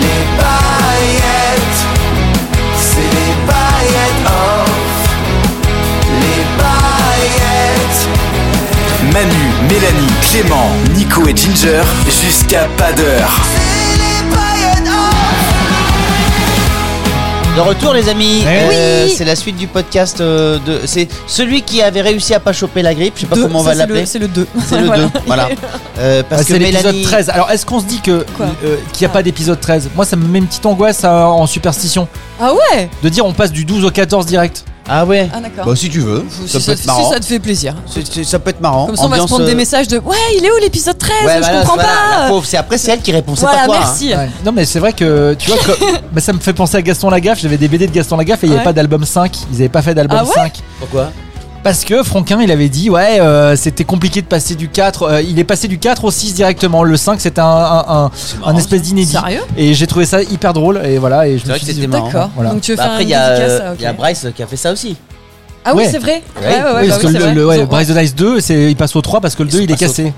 Les paillettes, c'est les paillettes off. Les paillettes. Manu, Mélanie, Clément, Nico et Ginger, jusqu'à pas d'heure. C'est les paillettes off. De retour les amis, Eh Euh, c'est la suite du podcast euh, de c'est celui qui avait réussi à pas choper la grippe, je sais pas Deux, comment on ça, va c'est l'appeler. le- C'est le 2. C'est le 2, voilà. Euh, parce Ah, que c'est l'épisode Mélanie 13. Alors, est-ce qu'on se dit que Quoi Ah. euh, qu'il n'y a pas d'épisode 13 Moi, ça me met une petite angoisse euh, en superstition Ah ouais de dire on passe du 12 au 14 direct. Ah ouais. Ah d'accord. Bah si tu veux, Si ça peut te- être si marrant. ça te fait plaisir. C'est- c'est- ça peut être marrant. Comme ça, on va se Ambiance, prendre euh, des messages de Ouais, il est où l'épisode 13 Ouais, Je voilà, comprends voilà, la pas pauvre, c'est après c'est elle qui répond, c'est Voilà, pas toi. hein. merci. Non, mais c'est vrai que tu vois, que- bah, ça me fait penser à Gaston Lagaffe. J'avais des BD de Gaston Lagaffe et il n'y avait Ouais. pas d'album 5. Ils n'avaient pas fait d'album Ah ouais 5. Pourquoi Parce que Franquin, il avait dit, ouais, euh, c'était compliqué de passer du 4. euh, il est passé du 4 au 6 directement. Le 5, c'était un, un, un- marrant, un espèce d'inédit. Oh, Sérieux Et j'ai trouvé ça hyper drôle. Et voilà, et je C'est me vrai suis que dit, c'était marrant. D'accord. Voilà. Donc tu veux Bah, faire après une il y, a, dédicace euh, ah, ok. il y a Bryce qui a fait ça aussi. Ah oui, Ouais. c'est vrai. Oui, Ouais, ouais, ouais, oui, bah parce oui, que c'est le, vrai. le- ouais, Ils ont- Bryce the Dice 2, c'est- il passe au 3 parce que le Ils 2 sont il est passés au cassé.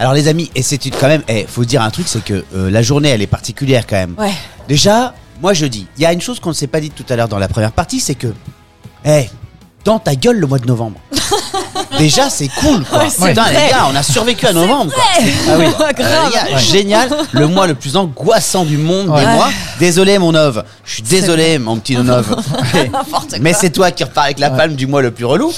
Alors les amis, et c'est une- quand même, eh, faut dire un truc, c'est que euh, la journée elle est particulière quand même. Ouais. Déjà, moi je dis, il y a une chose qu'on ne s'est pas dit tout à l'heure dans la première partie, c'est que, eh, dans ta gueule le mois de novembre. Déjà, c'est cool, quoi. Ouais, c'est Putain, vrai. Oh, les gars, on a survécu à novembre. quoi. Ah oui. Euh, Grave. les gars, génial, le mois le plus angoissant du monde des Ouais. mois. Désolé, mon ov. Je suis désolé, mon petit nonov. Mais- Mais c'est toi qui repars avec la palme du mois le plus relou.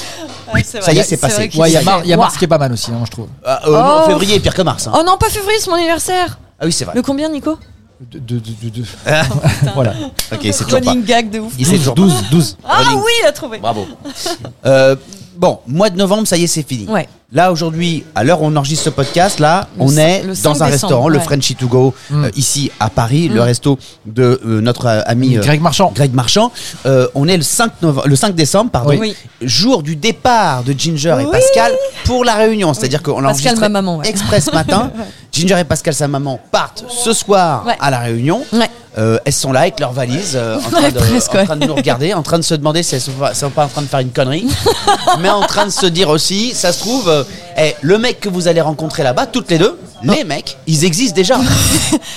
Ouais, c'est Ça y est, vrai. c'est vrai passé. qu'ils Ouais, il y a, sont- Mar- il y a Mars Ouah. qui est pas mal aussi, hein, je trouve. Euh, euh, non, Oh. février est pire que mars. hein. Oh non, pas février, c'est mon anniversaire. Ah oui, c'est vrai. Le combien, Nico De, de- de- de- Ah, Oh, voilà. Ok, c'est toujours pas. Running gag de ouf. Il s'est toujours pas. 12, 12. Ah running. oui, il a trouvé. Bravo. Euh, bon, mois de novembre, ça y est, c'est fini. Ouais. Là, aujourd'hui, à l'heure où on enregistre ce podcast, là, Le on cin- est le dans 5 un décembre, restaurant, le ouais. Mm. Frenchy to go, euh, ici à Paris, le resto de euh, notre euh, ami euh, Greg Marchand. Greg Marchand. Euh, on est le 5, novembre, le 5 décembre, pardon, Oui. jour du départ de Ginger et Oui. Pascal pour la réunion. C'est-à-dire qu'on l'a Pascal, enregistré ma maman, ouais. exprès ce matin. Ginger et Pascal, sa maman, partent ce soir Ouais. à la réunion. Ouais. Euh, elles sont là avec leurs valises, euh, en, train Ouais, de, presque, en ouais. train de nous regarder, en train de se demander si elles sont pas, sont pas en train de faire une connerie, mais en train de se dire aussi, ça se trouve, euh, eh, le mec que vous allez rencontrer là-bas, toutes les deux, les mecs, ils existent déjà.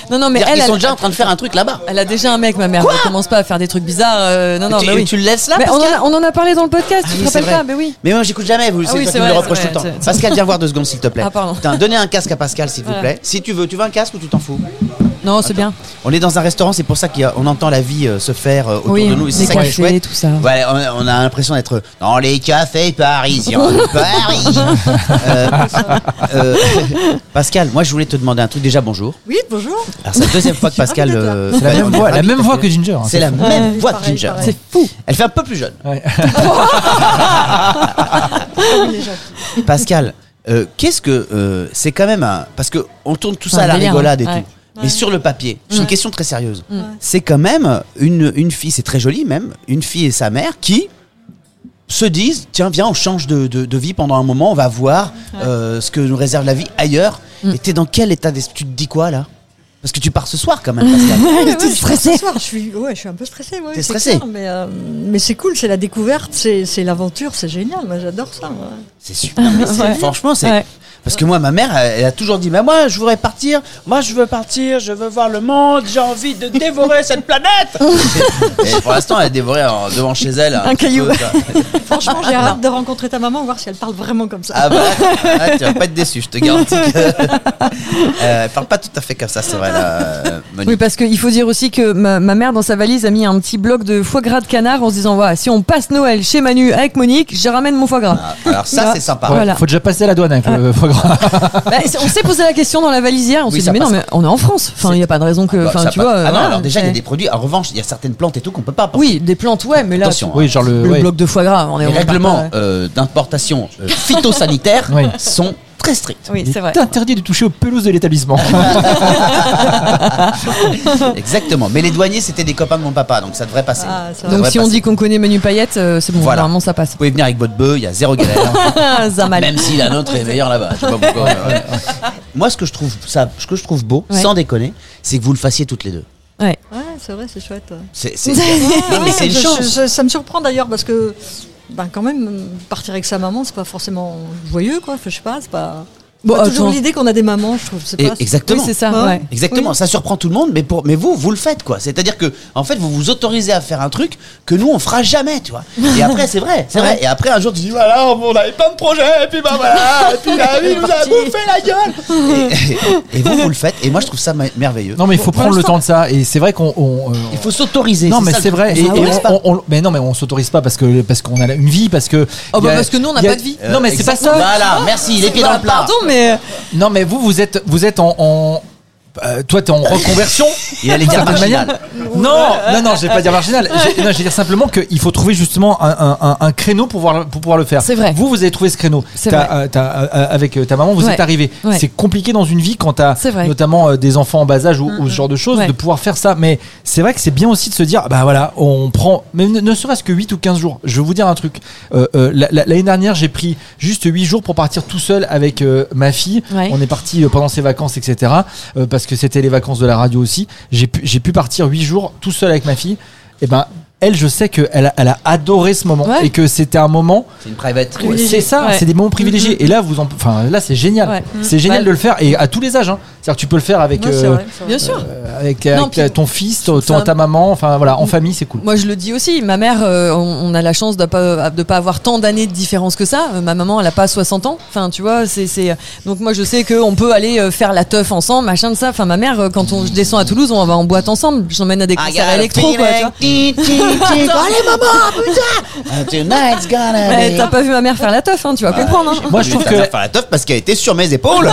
Non, non, C'est-à-dire mais elle, qu'ils elle, sont déjà en train de faire un truc là-bas. elle a déjà un mec, ma mère. Elle commence pas à faire des trucs bizarres. euh, non, non, tu, mais oui. tu le laisses là Mais on, en Pascal a, on en a parlé dans le podcast, Ah tu oui, te c'est rappelles vrai. pas Mais oui. Ah Mais moi j'écoute jamais, vous, c'est oui, toi c'est qui me le vrai, reproche c'est tout le vrai, temps. c'est- Pascal, viens voir deux secondes s'il te plaît. Ah, pardon. Putain, donnez un casque à Pascal s'il vous Voilà. plaît. Si tu veux, tu veux un casque ou tu t'en fous Non, c'est bien. On est dans un restaurant, c'est pour ça qu'on entend la vie euh, se faire euh, autour Oui, de nous. et C'est des ça qui est cafés, chouette. tout ça. Ouais, on, on a l'impression d'être dans les cafés parisiens de Paris. Euh, euh, Pascal, moi je voulais te demander un truc. Déjà, bonjour. Oui, bonjour. Alors, c'est la deuxième fois que Pascal. euh, C'est la fait- même on est voix, la ravis même de voix te- que Ginger. hein, C'est la même voix que Ginger. C'est fou. Elle fait un peu plus jeune. Ouais. Pascal, euh, qu'est-ce que euh, c'est quand même un parce que on tourne tout C'est ça à un la délire, rigolade et hein. Ouais. Mm. tout. Mais sur le papier, c'est une question très sérieuse. C'est quand même une, une fille, c'est très joli même, une fille et sa mère qui se disent tiens viens on change de, de- de vie pendant un moment, on va voir euh, ce que nous réserve la vie ailleurs. Mm. Et t'es dans quel état d'esprit Tu te dis quoi là Parce que tu pars ce soir quand même. Pascal. Ouais, ouais, je pars ce soir, je suis, ouais, je suis un peu stressée. ouais, T'es c'est stressée clair, mais euh, mais c'est cool, c'est la découverte, c'est c'est l'aventure, c'est génial. Moi, j'adore ça. ouais. C'est super, mais c'est- Ouais. franchement, c'est. Ouais. Parce que moi, ma mère, elle, elle a toujours dit Mais moi, je voudrais partir, moi, je veux partir, je veux voir le monde, j'ai envie de dévorer cette planète Et et pour l'instant, elle a dévoré en- devant chez elle hein. un, petit caillou. peu, quoi. Franchement, j'ai hâte de rencontrer ta maman, voir si elle parle vraiment comme ça. Ah bah, ah, tu vas pas être déçu, je te garantis. Que... Euh, elle parle pas tout à fait comme ça, c'est vrai, là, euh, Monique. Oui, parce qu'il faut dire aussi que ma, ma mère, dans sa valise, a mis un petit bloc de foie gras de canard en se disant voilà, si on passe Noël chez Manu avec Monique, je ramène mon foie gras. Alors, ça, Ah, c'est sympa. Ouais, Voilà. Faut déjà passer à la douane avec le vrai. Bah, c'est- on s'est posé la question dans la valisière, on Oui, s'est dit, ça mais non, passe. mais on est en France. Enfin, il n'y a pas de raison que. Bah, Enfin, ça tu passe. vois. Ah non, voilà, alors déjà, il y a c'est- des produits. En revanche, il y a certaines plantes et tout qu'on peut pas. Oui, des plantes, ouais, mais là. Attention, Oui, genre le. Le ouais. bloc de foie gras, on Les est on est pas- règlements euh, d'importation euh, phytosanitaire Oui. sont très stricts. Oui, c'est vrai. T'es interdit de toucher aux pelouses de l'établissement. Exactement. Mais les douaniers, c'était des copains de mon papa, donc ça devrait passer. Ah, ça Ça va. Donc devrait si on passer. dit qu'on connaît Manu Payette, euh, c'est bon, Voilà. normalement ça passe. Vous pouvez venir avec votre bœuf, il y a zéro galère. Ah, Zamal. Même si la nôtre est meilleure là-bas. Je sais pas pourquoi. Ouais. Moi, ce que je trouve, ça, ce que je trouve beau, Ouais. sans déconner, c'est que vous le fassiez toutes les deux. Ouais. Ouais, c'est vrai, c'est chouette. ouais. C'est, c'est- Non, mais c'est une Je- je- chance. je- ça me surprend d'ailleurs parce que, ben quand même, partir avec sa maman, c'est pas forcément joyeux, quoi. Enfin, Je sais pas, c'est pas. Bon, Bon, toujours attends. l'idée qu'on a des mamans, je trouve. c'est Et- pas- Oui, exactement. c'est ça, Ouais. ouais. Exactement, ça surprend tout le monde, mais, pour, mais vous, vous le faites, quoi. C'est-à-dire que, en fait, vous vous autorisez à faire un truc que nous, on fera jamais, tu vois. Et après, c'est vrai, c'est vrai. Et après, un jour, tu dis, voilà, on avait plein de projets, et puis bah voilà, et puis la vie nous a bouffé la gueule. Et, et vous, vous le faites, et moi, je trouve ça me- merveilleux. Non, mais il faut prendre le temps de ça. Et c'est vrai qu'on. on, euh, Il faut s'autoriser. Non mais ça, c'est le- vrai. on Ah et- et s'autorise on- pas. on- on- mais non mais on s'autorise pas parce que parce qu'on a une vie parce que. Oh, il y bah, parce que nous, on n'a il y pas de vie. Euh, Non mais c'est pas ça. exactement. Voilà, merci, les pieds dans Bah, le plat. Pardon, mais. Non mais vous vous êtes vous êtes en, en- euh, toi t'es en Ah, reconversion. Il allait dire Certaine manière. marginal. Non, non, non, je vais pas dire marginal. Je, non, je vais dire simplement qu'il faut trouver justement un, un- un- un créneau pour pouvoir, pour pouvoir le faire. C'est vrai. Vous, vous avez trouvé ce créneau. C'est T'as, vrai. euh, t'as, euh, euh, avec euh, ta maman, vous Ouais. êtes arrivé. Ouais. C'est compliqué dans une vie quand t'as C'est vrai. Mm, notamment euh, des enfants en bas âge ou, ou ce genre de choses Ouais. de pouvoir faire ça. Mais c'est vrai que c'est bien aussi de se dire, bah voilà, on prend, mais ne, ne serait-ce que 8 ou 15 jours. Je vais vous dire un truc. Euh, euh, la- la- l'année dernière, j'ai pris juste 8 jours pour partir tout seul avec euh, ma fille. Ouais. On est parti euh, pendant ses vacances, etc. euh, parce que c'était les vacances de la radio aussi. J'ai pu, j'ai pu partir huit jours tout seul avec ma fille. Et ben, elle, je sais qu'elle a, elle a adoré ce moment Ouais. et que c'était un moment. C'est une private. C'est ça, Ouais. Mm-hmm. c'est des moments privilégiés. Et là, vous en, enfin, là, c'est génial. Ouais. C'est génial Bah- de le faire et à tous les âges. hein. C'est-à-dire, que tu peux le faire avec, Ouais, c'est euh, vrai, c'est vrai. Bien sûr. euh, avec, Non, avec puis- ton fils, ton- ton- Enfin- ta maman. Enfin, voilà, en famille, c'est cool. Moi, je le dis aussi. Ma mère, euh, on, on a la chance de pas de pas avoir tant d'années de différence que ça. Euh, ma maman, elle a pas 60 ans. Enfin, tu vois, c'est c'est. Donc moi, je sais que on peut aller euh, faire la teuf ensemble, machin de ça. Enfin, ma mère, euh, quand on je descends à Toulouse, on va en boîte ensemble. Je l'emmène à Ah, des concerts électro, quoi. Tu vois. Allez, maman, putain! Tonight's gonna be- Mais Eh, T'as pas vu ma mère faire la teuf, hein, tu vas comprendre. hein. Moi, je trouve que- Faire la teuf parce qu'elle était sur mes épaules.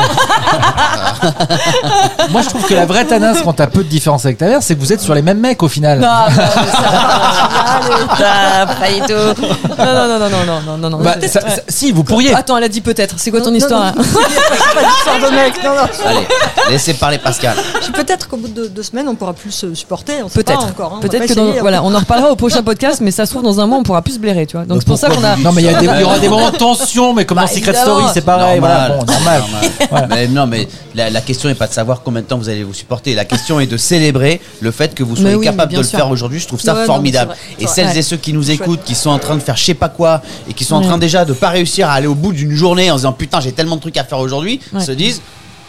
Moi, je trouve que la vraie tanasse quand t'as peu de différence avec ta mère, c'est que vous êtes sur les mêmes mecs au final. Non, non, mais ça va, tu vois, le- ça, pas du tout. Non, non, non, non, non, non, non, non. Bah, Peut-être- ça- ça- si, vous pourriez. Attends, elle a dit peut-être. C'est quoi ton Non, histoire non, là Pas d'histoire de mec, non, non. Allez, laissez parler Pascal. Ah, Puis Peut-être qu'au bout de deux semaines, on pourra plus se supporter. on sait pas encore. hein, Peut-être. on va Peut-être pas que dans, essayer. voilà, on en reparlera au prochain podcast, mais ça se trouve dans un mois on pourra plus se blairer, tu vois. Donc c'est pour ça qu'on a. Non, mais il y, a des- il y aura des moments de tension, mais comme Bah, dans Secret évidemment. Story, c'est pareil. normal, voilà, bon, normal. Voilà. Mais non, mais la, la question n'est pas de savoir combien de temps vous allez vous supporter. La question est de célébrer le fait que vous Mais soyez oui, mais capable de bien le sûr. faire aujourd'hui. Je trouve ça Ouais, non, mais formidable. c'est vrai, et c'est celles vrai. et ceux qui nous écoutent, qui sont en train de faire je sais pas quoi et qui sont en train déjà de pas réussir à aller au bout d'une journée en se disant putain, j'ai tellement de trucs à faire aujourd'hui, Ouais. se disent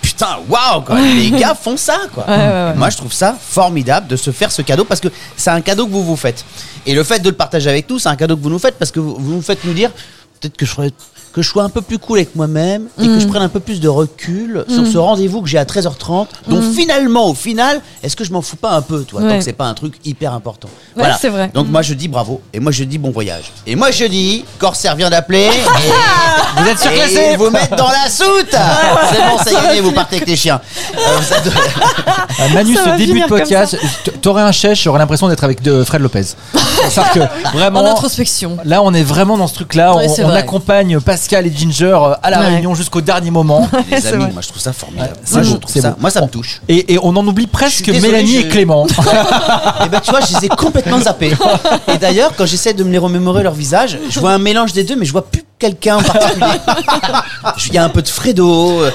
putain, waouh, quoi, les gars font ça, quoi. Ouais, ouais, ouais. Et Moi, je trouve ça formidable de se faire ce cadeau parce que c'est un cadeau que vous vous faites. Et le fait de le partager avec nous, c'est un cadeau que vous nous faites parce que vous, vous nous faites nous dire peut-être que je ferais- que je sois un peu plus cool avec moi-même et que je Mhm. prenne un peu plus de recul sur ce rendez-vous que j'ai à 13h30. Donc finalement, au final, est-ce que je m'en fous pas un peu, toi, tant Mhm. Ouais. que c'est pas un truc hyper important. Ouais, c'est vrai. Mm. Donc moi je dis bravo et moi je dis bon voyage. Et moi je dis Corsair vient d'appeler. vous êtes surclassés. Et vous mettre dans la soute. C'est bon, ça y est, vous partez avec les chiens. Euh, ça doit- Euh, Manu, Ça va ce début de finir comme podcast, t- t'aurais un chèche, j'aurais l'impression d'être avec de Fred Lopez. C'est-à-dire que En vraiment. introspection. Là, on est vraiment dans ce truc-là. Ouais, on c'est on vrai. accompagne Pascal et Ginger euh, à la Ouais. réunion jusqu'au dernier moment. Les c'est amis, vrai. moi je trouve ça formidable. Ouais, c'est moi, je beau, trouve c'est ça. beau. Moi ça me touche. Et, et on en oublie presque Je suis désolé, Mélanie je- et Clément. et ben tu vois, je les ai complètement zappés. Et d'ailleurs, quand j'essaie de me les remémorer leur visage, je vois un mélange des deux, mais je vois plus quelqu'un en particulier. Je- Il y a un peu de Fredo. euh,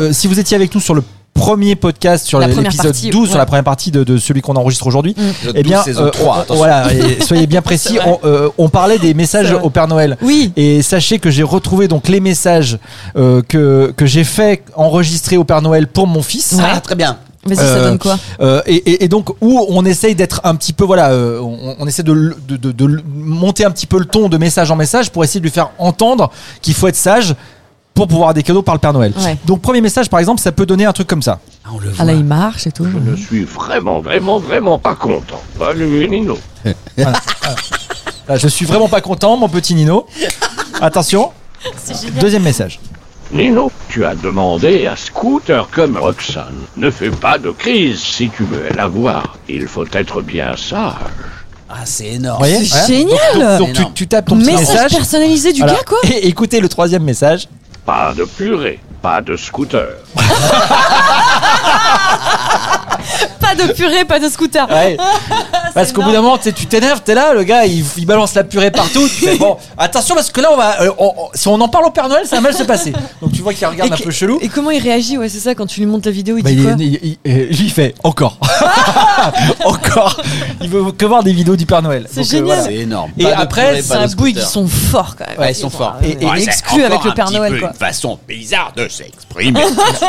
Euh, si vous étiez avec nous sur le premier podcast sur La première l'épisode 12 partie, sur ouais. Mm. la première partie de, de celui qu'on enregistre aujourd'hui Épisode eh bien 12, saison euh, 3, on- attention. voilà et soyez bien précis on, euh, on parlait des messages au Père Noël Oui. et sachez que j'ai retrouvé donc les messages euh, que, que j'ai fait enregistrer au Père Noël pour mon fils Ah, très bien. Vas-y, ça Euh, donne quoi euh, et, et- et donc où on essaye d'être un petit peu voilà, euh, on, on essaie de, le- de- de- de le- monter un petit peu le ton de message en message pour essayer de lui faire entendre qu'il faut être sage pour pouvoir avoir des cadeaux par le Père Noël. Ouais. Donc premier message par exemple, ça peut donner un truc comme ça. Ah, on le Ah voit. là, il marche et tout. Je suis vraiment, vraiment, vraiment pas content. Salut Nino. Là, je suis vraiment pas content, mon petit Nino. Attention. C'est génial. Deuxième message. Nino, tu as demandé à Scooter comme Roxane. Ne fais pas de crise si tu veux la voir. Il faut être bien sage. Ah, c'est énorme. Vous voyez C'est Voilà. génial. Donc, donc tu, tu tapes ton petit Message, message. personnalisé du Voilà. gars, quoi. Et écoutez le troisième message. Pas de purée, pas de scooter. Pas de purée, pas de scooter. Ah, Ouais. parce qu'au bout d'un moment, tu sais, tu t'énerves, t'es là, le gars, il, il balance la purée partout. tu fais, bon, attention parce que là, on va, euh, on- on- si on en parle au Père Noël, ça va mal se passer. Donc tu vois qu'il regarde un que- peu chelou. Et comment il réagit, ouais, c'est ça, quand tu lui montes la vidéo, il Bah, dit il, quoi il- il- euh, j'y fais encore. encore. Il veut que voir des vidéos du Père Noël. C'est Donc, euh, génial. voilà. C'est énorme. Et après, C'est un Bouygues, ils sont forts quand même. Ouais, ils sont forts. Et, Et- et- exclu avec le Père Noël, quoi. façon bizarre de s'exprimer.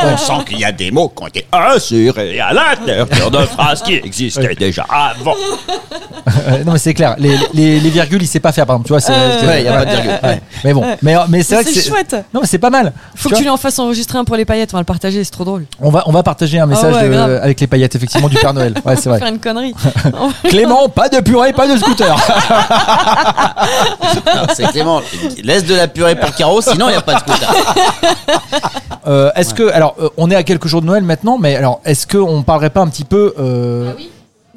On sent qu'il y a des mots qui ont été insurés à l'intérieur de phrases qui existaient déjà avant. Euh, non, mais c'est clair. Les, les- les virgules, il sait pas faire, par exemple. Tu vois, c'est. Euh, c'est- euh, Ouais, y a pas de virgule. Ouais. Mais bon, mais, euh, mais c'est Mais vrai que c'est chouette. Non, mais c'est pas mal. Faut Tu que vois, tu lui en fasses enregistrer un pour les paillettes, on va le partager, c'est trop drôle. on, va, on va partager un message ouais, de- grave. avec les paillettes, effectivement, du Père Noël. Ouais, c'est On va vrai. faire une connerie. Clément, pas de purée, pas de scooter. Ah, C'est Clément. Laisse de la purée pour Caro, sinon il n'y a pas de scooter. Euh, est-ce que, alors, euh, on est à quelques jours de Noël maintenant, mais alors, est-ce qu'on parlerait pas un petit peu euh,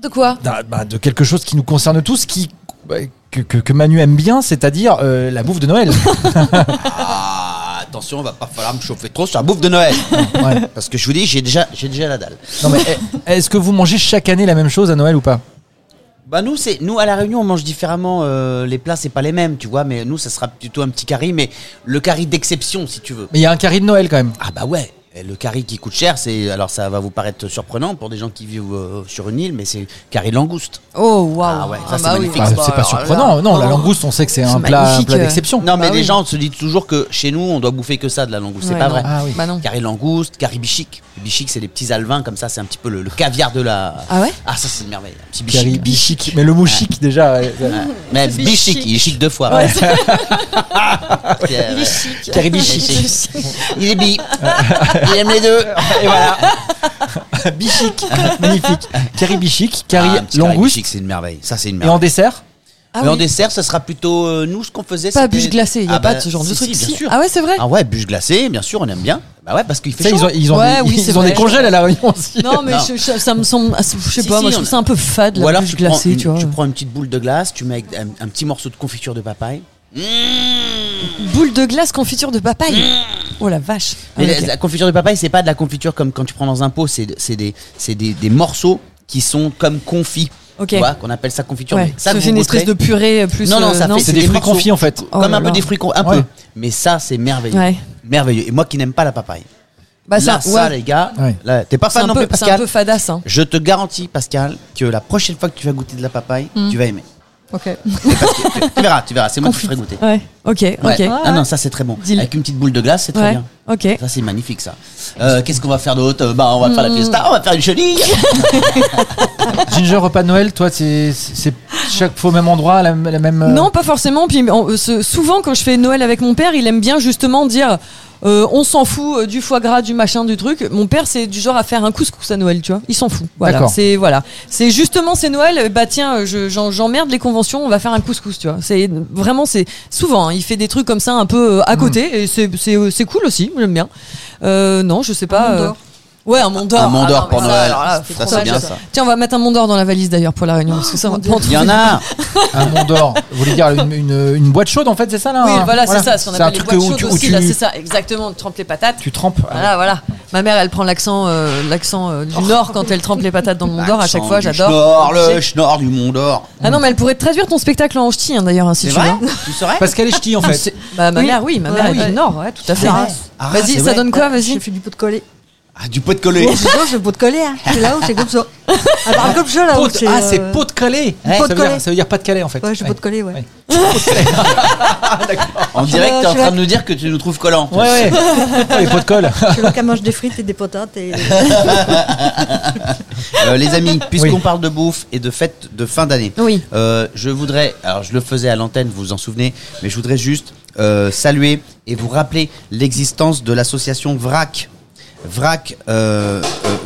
De quoi d'un- bah, de quelque chose qui nous concerne tous, qui bah, que, que- que Manu aime bien, c'est-à-dire euh, la bouffe de Noël. Ah, attention, va pas falloir me chauffer trop sur la bouffe de Noël. Ouais. Parce que je vous dis, j'ai déjà, j'ai déjà la dalle. Non, mais eh, est-ce que vous mangez chaque année la même chose à Noël ou pas Bah nous, c'est nous à la Réunion, on mange différemment. euh, les plats, c'est pas les mêmes, tu vois. Mais nous, ça sera plutôt un petit curry, mais le curry d'exception, si tu veux. Mais il y a un carré de Noël quand même. Ah bah ouais. Et le curry qui coûte cher, c'est alors ça va vous paraître surprenant pour des gens qui vivent euh, sur une île, mais c'est curry de langouste. Oh, waouh. Ah ouais, ça, c'est bah oui. magnifique. Bah, Bah, c'est pas surprenant. non, la langouste, on sait que c'est un C'est plat, un magnifique, plat euh. d'exception. Ah Non, mais Bah les oui. gens se disent toujours que chez nous, on doit bouffer que ça de la langouste. Ouais, c'est pas non. vrai. Ah oui. Bah non. Mmh. Carré langouste, carré bichic. Le bichic, c'est des petits alvins comme ça, c'est un petit peu le, le caviar de la. Ah ouais Ah, ça, c'est une merveille. Un petit bichic. Carré bichic. Mais le mot chic, déjà. euh, Ouais. Mais bichic, il est chic deux fois. ouais. Il est chic. Carré Il est bichic. chic. Il est bi. il aime les deux. Ah, Et voilà. bichic. Magnifique. Carré bichic, carré Ah, un petit curry langouste. bichic, c'est une merveille. Ça, c'est une Et en merveille. dessert Ah Mais en oui. dessert, ça sera plutôt euh, nous ce qu'on faisait. Pas c'était- bûche glacée, il y a Ah pas bah, de ce genre de si, truc. si, bien Si. sûr. Ah ouais, c'est vrai. Ah ouais, bûche glacée, bien sûr, on aime bien. Bah ouais, parce qu'il fait Ça, chaud. ils ont, ils ont, Ouais, des, oui, ils c'est ont vrai. des congèles à la réunion aussi. Non, mais Non. je- je- ça me semble. ah, Je sais Si, pas, si, moi je on trouve a- ça un peu fade Ou la alors bûche tu prends, glacée, une, tu vois. tu prends une petite boule de glace, tu mets un, un petit morceau de confiture de papaye. Ah, Boule de glace, confiture de papaye. Oh la vache. Ah, Mmh. Mais ouais, la- ok. la, confiture de papaye, c'est pas de la confiture comme quand tu prends dans un pot, c'est c'est des, c'est des, des morceaux qui sont comme confits. Ok. Tu vois, qu'on appelle ça confiture. Ouais, Mais ça, ça vous fait une goûterez. espèce de purée euh, plus. Non, non, euh, ça fait C'est des fruits morceaux. confits en fait. Oh comme là un peu là. des fruits confits, un Ouais. peu. Mais ça, c'est merveilleux. Ouais. Merveilleux. Et moi qui n'aime pas la papaye. Bah là, ça, ça, ouais. les gars, Ouais. là, t'es pas C'est fan un non peu- plus, c'est un Pascal. peu fadasse. hein. Je te garantis, Pascal, que la prochaine fois que tu vas goûter de la papaye, Hmm. tu vas aimer. Ok. Tu verras, tu verras. C'est moi qui te ferai goûter. Ouais. Ok, ok. Ouais. Ah non, ça c'est très bon. Dis-le. Avec une petite boule de glace, c'est très Ouais. bien. Ok. Hmm. Ça c'est magnifique ça. Euh, Qu'est-ce qu'on va faire d'autre Euh, Bah on va faire la fiesta, on va faire une chenille. Ginger, repas de Noël, toi, c'est c'est chaque fois au même endroit, la, la même. euh, Non, pas forcément. Puis en- euh, ce- souvent, quand je fais Noël avec mon père, il aime bien justement dire euh, on s'en fout euh, du foie gras, du machin, du truc. Mon père, c'est du genre à faire un couscous à Noël, tu vois. Il s'en fout. Voilà. D'accord. C'est voilà. C'est justement c'est Noël. euh, Bah tiens, euh, je- j'en- j'emmerde les conventions. On va faire un couscous, tu vois. C'est vraiment c'est souvent. hein, il fait des trucs comme ça un peu euh, Mm. à côté et c'est- c'est euh, c'est cool aussi. J'aime bien. Euh, non, je sais pas. Mont euh, d'Or. Ouais, un Mondor. Ah Un Mont d'Or pour Noël. Ça, c'est bien, ça. Tiens, on va mettre un Mondor dans la valise d'ailleurs pour la réunion. parce que ça, on va prendre Il y en a. Un mont d'or. Vous voulez dire une, une- une boîte chaude en fait, c'est ça là Oui, hein voilà, c'est ça, ce qu'on un appelle les truc boîtes où chaudes tu- où aussi, tu- là, c'est ça, exactement, trempe les patates. Tu trempes. ah Voilà, voilà. Ma mère, elle prend l'accent euh, l'accent euh, du Nord quand elle trempe les patates dans le Mont d'Or à chaque fois, Accent du j'adore. Schnorr, le Schnorr du Mont d'or. Ah non, mais elle pourrait traduire ton spectacle en ch'ti, hein, d'ailleurs, hein, si C'est tu vrai veux. Tu saurais Parce qu'elle est ch'ti en fait. C'est- Bah, ma Oui. mère, oui, ma mère Ouais, est ouais. du Nord, ouais, tout à fait. Arras. Arras, Vas-y, ah, c'est ça vrai. donne quoi, vas-y J'ai fait du pot de collet. Ah, du pot de collé. Oh, c'est bon, je fais pot de collet. Hein. C'est là-haut, c'est comme ça. Ah, bah, comme ça, là-haut. Pot- ah, c'est euh, pot de Calais. Ouais. ça, Pot de veut dire, Calais. ça veut dire pas de Calais en fait. Ouais, je Ouais. pot de collet, ouais. Ouais. En direct, Je t'es en suis train là. de nous dire que tu nous trouves collants. Ouais, ouais. Oh, les pots de colle. Je suis là qu'à manger des frites et des patates. Et... Euh, les amis, puisqu'on Oui. parle de bouffe et de fête de fin d'année, Oui. euh, je voudrais, alors je le faisais à l'antenne, vous vous en souvenez, mais je voudrais juste euh, saluer et vous rappeler l'existence de l'association VRAC. VRAC euh, euh,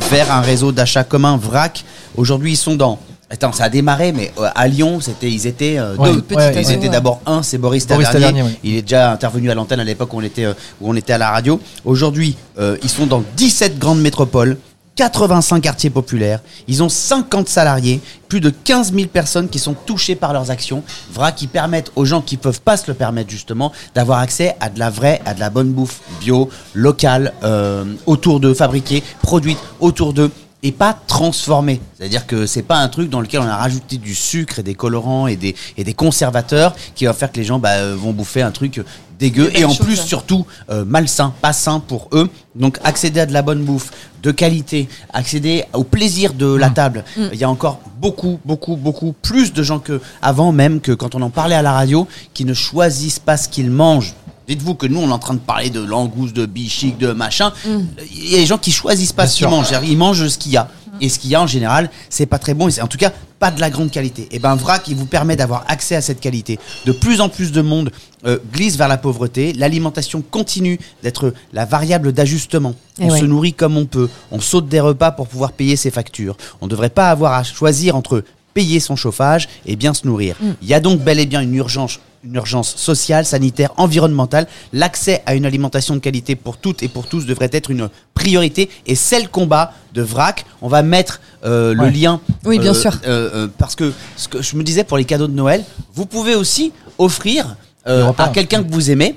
vers un réseau d'achat commun, VRAC. Aujourd'hui, ils sont dans Attends, ça a démarré, mais euh, à Lyon, c'était, ils étaient euh, Ouais, deux. Petit ouais, ils ouais. étaient d'abord un, c'est Boris Boris Tavernier. Tavernier, ouais. Il est déjà intervenu à l'antenne à l'époque où on était euh, où on était à la radio. Aujourd'hui, euh, ils sont dans 17 grandes métropoles. 85 quartiers populaires, ils ont 50 salariés, plus de 15 000 personnes qui sont touchées par leurs actions, vra qui permettent aux gens qui peuvent pas se le permettre justement d'avoir accès à de la vraie, à de la bonne bouffe bio, locale, euh, autour d'eux, fabriquée, produite autour d'eux et pas transformé. C'est-à-dire que c'est pas un truc dans lequel on a rajouté du sucre et des colorants et des, et des conservateurs qui va faire que les gens bah, euh, vont bouffer un truc dégueu et en plus surtout euh, malsain, pas sain pour eux. Donc accéder à de la bonne bouffe de qualité, accéder au plaisir de la table. Il y a encore beaucoup, beaucoup, beaucoup plus de gens que avant même que quand on en parlait à la radio qui ne choisissent pas ce qu'ils mangent. Dites-vous que nous, on est en train de parler de langouste, de bichic, de machin. Mm. Il y a des gens qui choisissent pas ce qu'ils sûr. mangent. C'est-à-dire, Ils mangent ce qu'il y a. Et ce qu'il y a en général, c'est pas très bon. Et c'est en tout cas pas de la grande qualité. Et ben Vrac, il vous permet d'avoir accès à cette qualité. De plus en plus de monde euh, glisse vers la pauvreté. L'alimentation continue d'être la variable d'ajustement. Eh On ouais. se nourrit comme on peut. On saute des repas pour pouvoir payer ses factures. On ne devrait pas avoir à choisir entre payer son chauffage et bien se nourrir. Il y a donc bel et bien une urgence, une urgence sociale, sanitaire, environnementale. L'accès à une alimentation de qualité pour toutes et pour tous devrait être une priorité et c'est le combat de VRAC. On va mettre euh, le Ouais. lien. Oui, bien euh, sûr. euh, euh, parce que ce que je me disais pour les cadeaux de Noël, vous pouvez aussi offrir euh, Le repas. à quelqu'un que vous aimez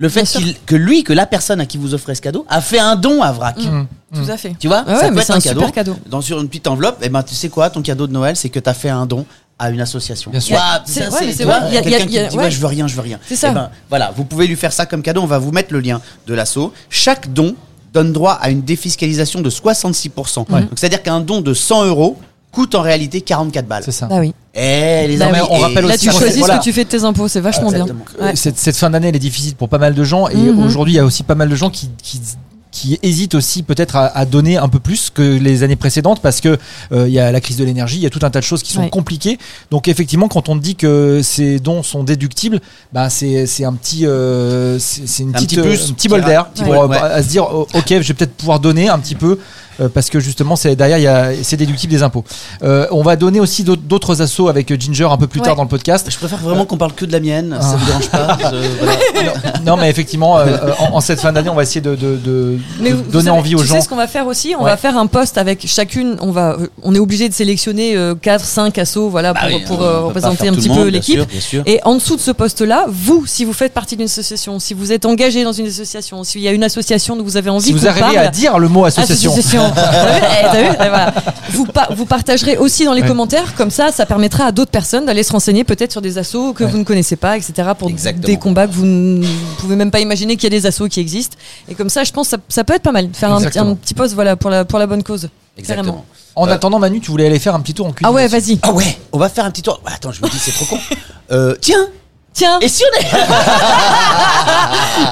le fait sûr. qu'il- que lui, que la personne à qui vous offrez ce cadeau, a fait un don à VRAC. Tout à fait. Ah Tu vois, Mm. Ouais, ouais, ça peut mais être c'est un, un cadeau. super cadeau. Dans sur une petite enveloppe, et ben tu sais quoi, ton cadeau de Noël, c'est que tu as fait un don à une association. Bien sûr. Ouah, C'est- ça, ouais, c'est- mais c'est tu vois, vrai. Il y a- il y a- quelqu'un qui il y a- dit ouais, ouais. je veux rien, je veux rien. C'est ça. Eh ben, voilà, vous pouvez lui faire ça comme cadeau, on va vous mettre le lien de l'assaut. Chaque don donne droit à une défiscalisation de 66%. Donc c'est-à-dire qu'un don de 100 euros coûte en réalité 44 balles. C'est ça. Bah oui. Eh, les Bah amis, oui. on rappelle et- Là, aussi tu qu'on sait- choisis voilà. ce que tu fais de tes impôts, c'est vachement bien. Exactement. Ouais. Euh, cette, cette fin d'année, elle est difficile pour pas mal de gens. Et Mhm. aujourd'hui, il y a aussi pas mal de gens qui, qui, qui hésitent aussi peut-être à, à donner un peu plus que les années précédentes parce que euh, il y a la crise de l'énergie, il y a tout un tas de choses qui sont Ouais. compliquées. Donc effectivement, quand on te dit que ces dons sont déductibles, bah, c'est c'est un petit, euh, c'est c'est une Un petite, petit plus, un petit petit bol ra- d'air petit pour bol, euh, ouais. à se dire oh, ok, je vais peut-être pouvoir donner un petit peu. euh, parce que justement, c'est derrière, il y a- c'est déductible des impôts. Euh, on va donner aussi d'autres- d'autres assos avec Ginger un peu plus Ouais. tard dans le podcast. Je préfère vraiment qu'on parle que de la mienne, ça Ah. vous dérange pas. je- voilà. Non, mais effectivement, euh, euh, en, en cette fin d'année, on va essayer de, de- de- Mais de vous- vous donner savez- envie aux tu gens. sais ce qu'on va faire aussi On Ouais. va faire un poste avec chacune. On va, euh, on est obligé de sélectionner 4, 5 assos, voilà, Bah pour, oui, pour on euh, peut pas représenter faire un tout petit le monde, peu bien l'équipe. sûr, bien sûr. Et en dessous de ce poste-là, vous, si vous faites partie d'une association, si vous êtes engagé dans une association, s'il y a une association dont vous avez envie Si vous qu'on arrivez parle, à dire le mot association, T'as vu Eh, t'as vu Eh, voilà. vous, pa- vous partagerez aussi dans les Ouais. commentaires, comme ça, ça permettra à d'autres personnes d'aller se renseigner peut-être sur des assos que vous ne connaissez pas, etc. pour Exactement. des combats que vous ne pouvez même pas imaginer qu'il y a des assos qui existent. Et comme ça, je pense que ça, ça peut être pas mal, faire un, petit- Exactement. un petit post voilà, pour, la, pour la bonne cause. Carrément. Exactement. en attendant, Manu, tu voulais aller faire un petit tour en cuisine. Ah ouais, vas-y. Ah ouais, on va faire un petit tour. Ah, Attends, je me dis, c'est trop con. Euh, tiens, Tiens, et si on est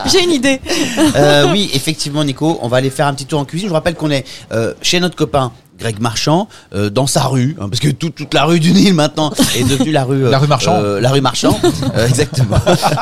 j'ai une idée. Euh, oui, effectivement, Nico, on va aller faire un petit tour en cuisine. Je vous rappelle qu'on est euh, chez notre copain Greg Marchand, euh, dans sa rue, hein, parce que tout- toute la rue du Nil maintenant est devenue la rue, euh, La rue Marchand. euh, la rue Marchand, Euh, exactement.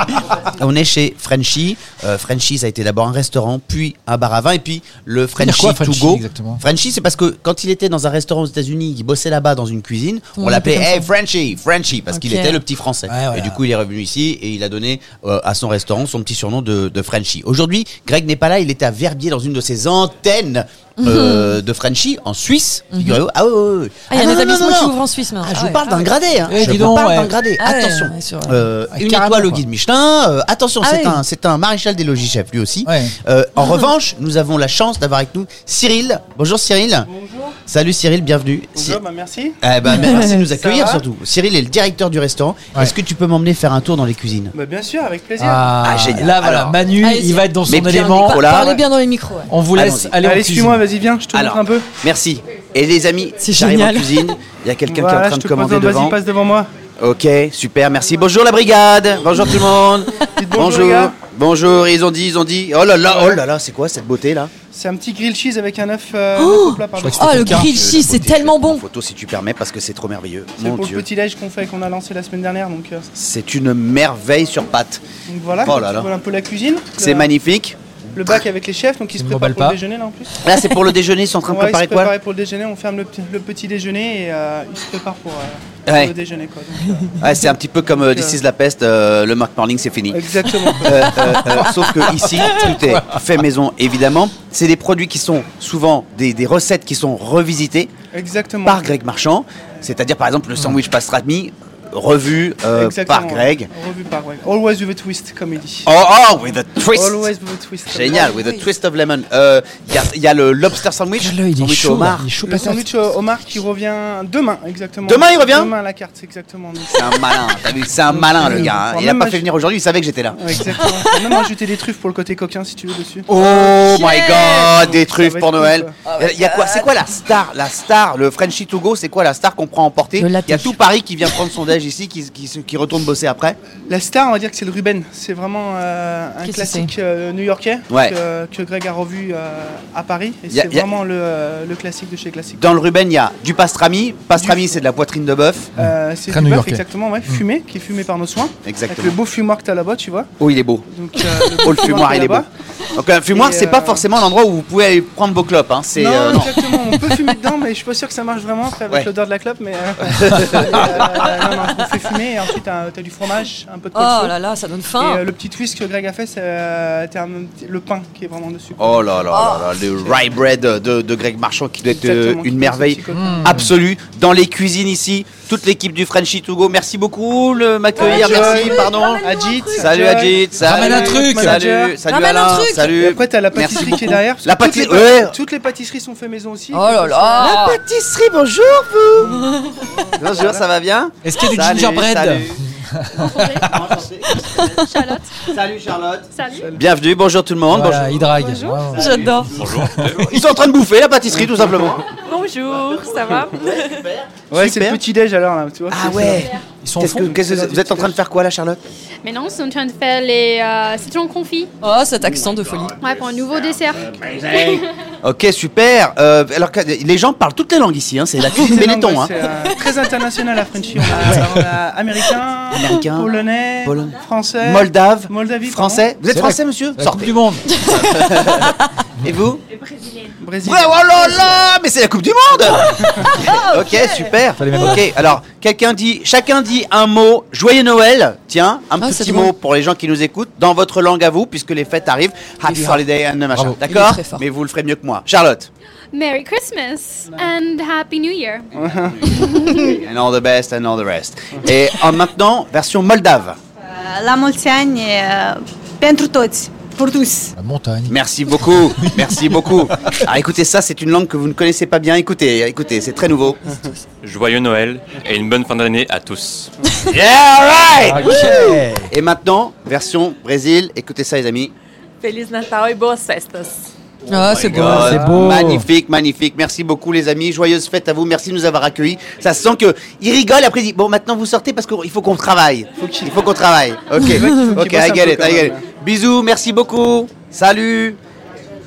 on est chez Frenchy. Euh, Frenchy, ça a été d'abord un restaurant, puis un bar à vin, et puis le Dire Frenchy quoi, to Frenchy, go. exactement Frenchy, c'est parce que quand il était dans un restaurant aux États-Unis, il bossait là-bas dans une cuisine, le on monde l'appelait l'appelait Hey Frenchy, Frenchy, parce qu'il Ok. était le petit français. Ouais, voilà. Et du coup, il est revenu ici et il a donné euh, à son restaurant son petit surnom de, de Frenchy. Aujourd'hui, Greg n'est pas là, il était à Verbier dans une de ses antennes euh, de Frenchy en Suisse. figurez-vous. Ah, ouais, ouais, ouais. Mhm. Ah, il y non, a un non, établissement non, non, qui non. ouvre en Suisse maintenant. Ah, je Ah vous ouais, parle ah d'un ouais. gradé. hein. Eh, je dis vous donc, parle ouais. d'un gradé. Ah ouais, attention. ouais, sur- Euh, Ah, une carrément, étoile au quoi. guide Michelin. euh, attention, Ah c'est oui. un, c'est un maréchal des logis chef lui aussi. Ouais. Euh, en revanche, nous avons la chance d'avoir avec nous Cyril. Bonjour Cyril. Bonjour. Salut Cyril, bienvenue. Cy- Bonjour, bah merci. Eh ben, merci de nous accueillir va surtout. Cyril est le directeur du restaurant. Ouais. Est-ce que tu peux m'emmener faire un tour dans les cuisines Bah, bien sûr, avec plaisir. Ah, Ah, génial. Là, voilà, Alors, Manu, allez-y. Oh, il va être dans Mais son bien, élément. Nicolas. Voilà. Parlez bien dans les micros. ouais. On vous laisse Allons-y. aller en Allez, cuisine. suis-moi, vas-y, viens, je te montre un peu. merci. Et les amis, C'est j'arrive en génial. cuisine. Il y a quelqu'un qui est en Voilà, train je de te pose commander un- devant. Vas-y, passe devant moi. Ok, super, merci. Bonjour la brigade. Bonjour tout le monde. Dites bonjour, les gars. Bonjour. Ils ont dit, ils ont dit. Oh là là, oh là là, c'est quoi cette beauté là C'est un petit grilled cheese avec un œuf euh, un œuf au plat, pardon. Oh, le grilled cheese, c'est tellement bon. Photo si tu permets parce que c'est trop merveilleux. C'est Mon pour Dieu, le petit déj qu'on fait, qu'on a lancé la semaine dernière. Donc, euh, c'est une merveille sur pâte. donc voilà, Oh là tu là. vois un peu la cuisine. C'est Euh, magnifique. le bac avec les chefs, donc ils se Ne préparent m'emballe pour le pas. déjeuner là en plus. Là, c'est pour le déjeuner, ils sont en train de Ouais, ils se préparer quoi préparent pour le déjeuner, on ferme le, petit- le petit déjeuner et euh, ils se préparent pour, euh, Ouais. pour le déjeuner. Quoi. Donc, Ouais, c'est un petit peu comme euh, This is la peste, euh, le Mark Morning, c'est fini. euh, exactement. quoi. Euh, euh, euh, sauf que ici, tout est fait maison, évidemment. C'est des produits qui sont souvent des, des recettes qui sont revisitées Exactement. par Greg Marchand. C'est-à-dire, par exemple, le sandwich pastrami revu euh, Exactement, par Greg. Revu par Greg. Always with a twist, comme il dit. Oh, oh, with a twist Always with a twist. comme Génial, with a twist of lemon. Euh, Il y, a- il y a le lobster sandwich, Regarde-le, il est sandwich au chaud, là, homard. il est chaud Le patate. sandwich au homard qui revient demain, exactement. Demain, il revient Ah, Demain à la carte, c'est exactement. Donc, C'est un malin, t'as vu, c'est un malin le gars. hein. Enfin, Il a même pas moi, fait je- venir aujourd'hui, il savait que j'étais là. ouais, exactement. On peut même ajouter des truffes pour le côté coquin si tu veux dessus. Oh my god, des Ça truffes va pour être Noël. cool, Il y a- il y a quoi C'est quoi la star La star, le Frenchie to go, c'est quoi la star qu'on prend à emporter Le Il latte. y a tout Paris qui vient prendre son déj ici, qui, qui, qui retourne bosser après. La star, on va dire que c'est le Ruben. C'est vraiment euh, un Qu'est-ce que classique euh, new-yorkais Ouais. que, que Greg a revu euh, à Paris. Et Y a- c'est y a- vraiment le, euh, le classique de chez Classique. Dans le Ruben, il y a du pastrami. Pastrami, c'est de la poitrine de bœuf. Euh, c'est Très du bœuf, new-yorkais. exactement, ouais, fumé, qui est fumé par nos soins. Avec Exactement. le beau fumoir que t'as là-bas, tu vois. Oh, il est beau. Donc, euh, le beau Oh, le fumoir, que il t'as est beau. là-bas. Donc, un fumoir, Et, c'est pas euh, forcément l'endroit où vous pouvez aller prendre vos clopes. Hein. C'est Non, euh, non. exactement, on peut fumer dedans, mais je suis pas sûr que ça marche vraiment après, avec Ouais. l'odeur de la clope. Mais euh, euh, non, non, on fait fumer et ensuite t'as t'as du fromage, un peu de Oh colza. là là, ça donne Et faim. euh, le petit twist que Greg a fait, c'est euh, t'as un petit- le pain qui est vraiment dessus. Oh là là là là, le rye bread de, de Greg Marchand qui doit être euh, Exactement, qui une est merveille aussi coquin. absolue dans les cuisines ici. Toute l'équipe du Frenchy to go, merci beaucoup le m'accueillir, Joy. merci, pardon. Ajit, Salut Adjit, salut. Ramène un truc. Salut, salut Ramène un Alain, truc. Et salut. après, t'as la pâtisserie Merci qui est beaucoup. derrière. parce La que toutes pâtisserie, les pâ- ouais. Toutes les pâtisseries sont faites maison aussi. Oh là là. Pâtisserie, bonjour vous. Bonjour, ça va bien Est-ce qu'il y a du Salut, gingerbread salut. Charlotte, Salut Charlotte. salut. Bienvenue, bonjour tout le monde. Voilà, il drague. Ouais, ouais. J'adore. Bonjour. Ils sont en train de bouffer la pâtisserie tout simplement. Bonjour, ça va Ouais, c'est Super. le petit déj alors là, tu vois. Ah c'est- ouais. Ils sont au Qu'est-ce que- fond. qu'est-ce que- vous êtes en train de faire quoi là Charlotte Maintenant, on est en train de faire les euh, citrons confits Oh, cet accent de folie. ouais, pour un nouveau dessert. Ok, super. Euh, alors que les gens parlent toutes les langues ici, hein, c'est la cuisine C'est Benetton. langue, Hein. c'est, euh, Très international la Frenchie. On a- on a euh, américain, Américain, polonais, Polonais. français, Moldave, Moldavie, français. Vous êtes C'est français, la- monsieur La Coupe Sortez. du Monde. Et vous pardon, Brésil. Ouais, oh là là Mais c'est la Coupe du Monde Ok, super. Fallait mettre- Ok, alors, quelqu'un dit, chacun dit un mot. Joyeux Noël Tiens, un Ah, c'est petit drôle. mot pour les gens qui nous écoutent, dans votre langue à vous, puisque les fêtes arrivent. Happy fort. Holiday and machin. Bravo. est D'accord très fort. Mais vous le ferez mieux que moi. Charlotte Merry Christmas and Happy New Year. And all the best and all the rest. Et en maintenant, version moldave. La montagne euh, pentru toți. Pour tous. La montagne. Merci beaucoup, merci beaucoup. Alors écoutez, ça c'est une langue que vous ne connaissez pas bien. Écoutez, écoutez, c'est très nouveau. Joyeux Noël et une bonne fin d'année à tous. Yeah, right. Ok. Et maintenant, version Brésil. Écoutez ça, les amis. Feliz Natal et boas festas. Ah, c'est beau. God, c'est beau. Magnifique, magnifique. Merci beaucoup, les amis. Joyeuse fête à vous. Merci de nous avoir accueillis. Ça se sent que il rigole. Après, il dit bon, maintenant vous sortez parce qu'il faut qu'on travaille. Il faut qu'on travaille. Ok, qu'il ok, bosse I un get peu it, quand I get it. même. Bisous, merci beaucoup. Salut.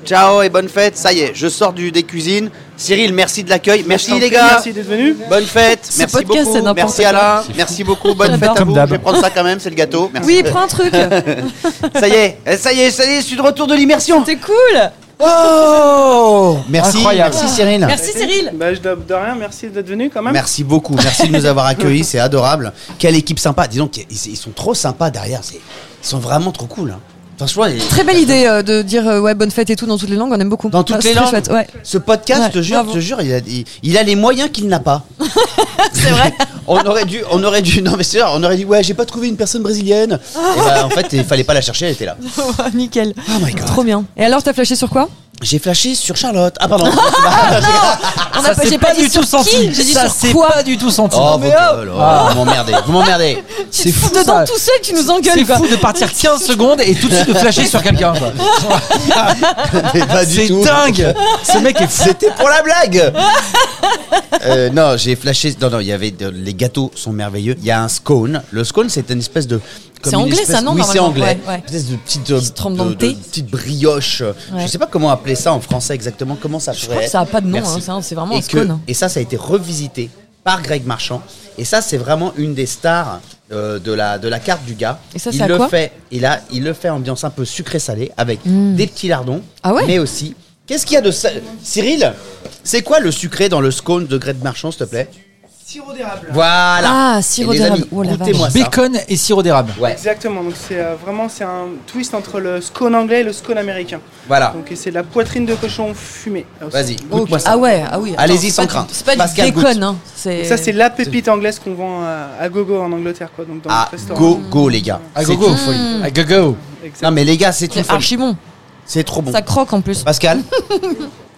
Ciao et bonne fête. Ça y est, je sors du, des cuisines. Cyril, merci de l'accueil. Merci les gars. Merci d'être venus. Bonne fête, Ce merci podcast, c'est beaucoup, n'importe merci quoi. Alain, merci beaucoup, bonne fête à Comme vous. Je d'hab. vais prendre ça quand même, c'est le gâteau. Merci. Oui, prends un truc. Ça y est, eh, ça y est, ça y est, je suis de retour de l'immersion. C'est cool. Ah. Oh Merci, Incroyable. merci Cyril. Merci Cyril. Bah, je dois- de rien, merci d'être venu quand même. Merci beaucoup, merci de nous avoir accueillis, c'est adorable. Quelle équipe sympa, disons qu'ils ils sont trop sympas derrière, c'est- ils sont vraiment trop cool. hein. Franchement, ils- Très bah, belle idée euh, de dire euh, ouais bonne fête et tout dans toutes les langues, on aime beaucoup. dans toutes Ah, c'est les très langues. chouette, ouais. Ce podcast, Ouais, je te jure, bravo. je te jure, il a, il, il a les moyens qu'il n'a pas. C'est vrai. On aurait dû, on aurait dû, non mais c'est vrai, on aurait dit ouais, j'ai pas trouvé une personne brésilienne. Et bah, en fait, il fallait pas la chercher, elle était là. Nickel. Oh my god. Ah, bah, Trop bien. Et alors t'as flashé sur quoi J'ai flashé sur Charlotte. Ah pardon. On Ça, c'est pas, du tout senti. J'ai dit ça, sur c'est quoi pas du tout senti. Oh, vos gueules, oh, vous m'emmerdez, vous m'emmerdez. Tu te fous dedans tout seul, tu nous engueules C'est quoi. fou de partir 15 secondes et tout de suite de flasher sur quelqu'un. quoi. Mais pas du C'est tout. dingue. Ce mec est fou. C'était pour la blague Euh, Non, j'ai flashé. Non, non, il y avait. de- Les gâteaux sont merveilleux. Il y a un scone. Le scone, c'est une espèce de. comme C'est une anglais, espèce- ça, non, Oui, c'est normalement, anglais. ouais, ouais. Une espèce de petite, euh, Qui se trempe dans de- le de- thé. petite brioche. Je Ouais. sais pas comment appeler ça en français exactement. Comment ça pourrait crois que être. ça a pas de nom, Merci. hein, ça, c'est vraiment et un que- scone. Et ça, ça a été revisité par Greg Marchand. Et ça, c'est vraiment une des stars euh, de, la, de la carte du gars. Et ça, c'est il à le quoi fait, il, a, il le fait ambiance un peu sucré-salé avec des petits lardons, Mm. Ah ouais mais aussi. Qu'est-ce qu'il y a de sa- Cyril, c'est quoi le sucré dans le scone de Greg Marchand, s'il te plaît Sirop d'érable. Voilà. Ah, sirop Et les d'érable. amis, Oh la vache. goûtez-moi ça. Bacon et sirop d'érable. Ouais. Exactement, donc c'est euh, vraiment c'est un twist entre le scone anglais et le scone américain. Voilà. Donc et c'est de la poitrine de cochon fumée. là aussi. Vas-y, Ok. goûte-moi ça. Ah ouais, ah oui. attends, Allez-y c'est sans pas du- crainte. C'est pas du Pascal, goûte. bacon, hein. Donc C'est Ça c'est la pépite anglaise qu'on vend à, à gogo en Angleterre quoi. Donc dans Ah, le restaurant. Ah, go, go, les gars. À C'est gogo. une folie. Mm. À gogo. Non, mais les gars, c'est une c'est folie. archi bon. C'est trop bon. Ça croque en plus. Pascal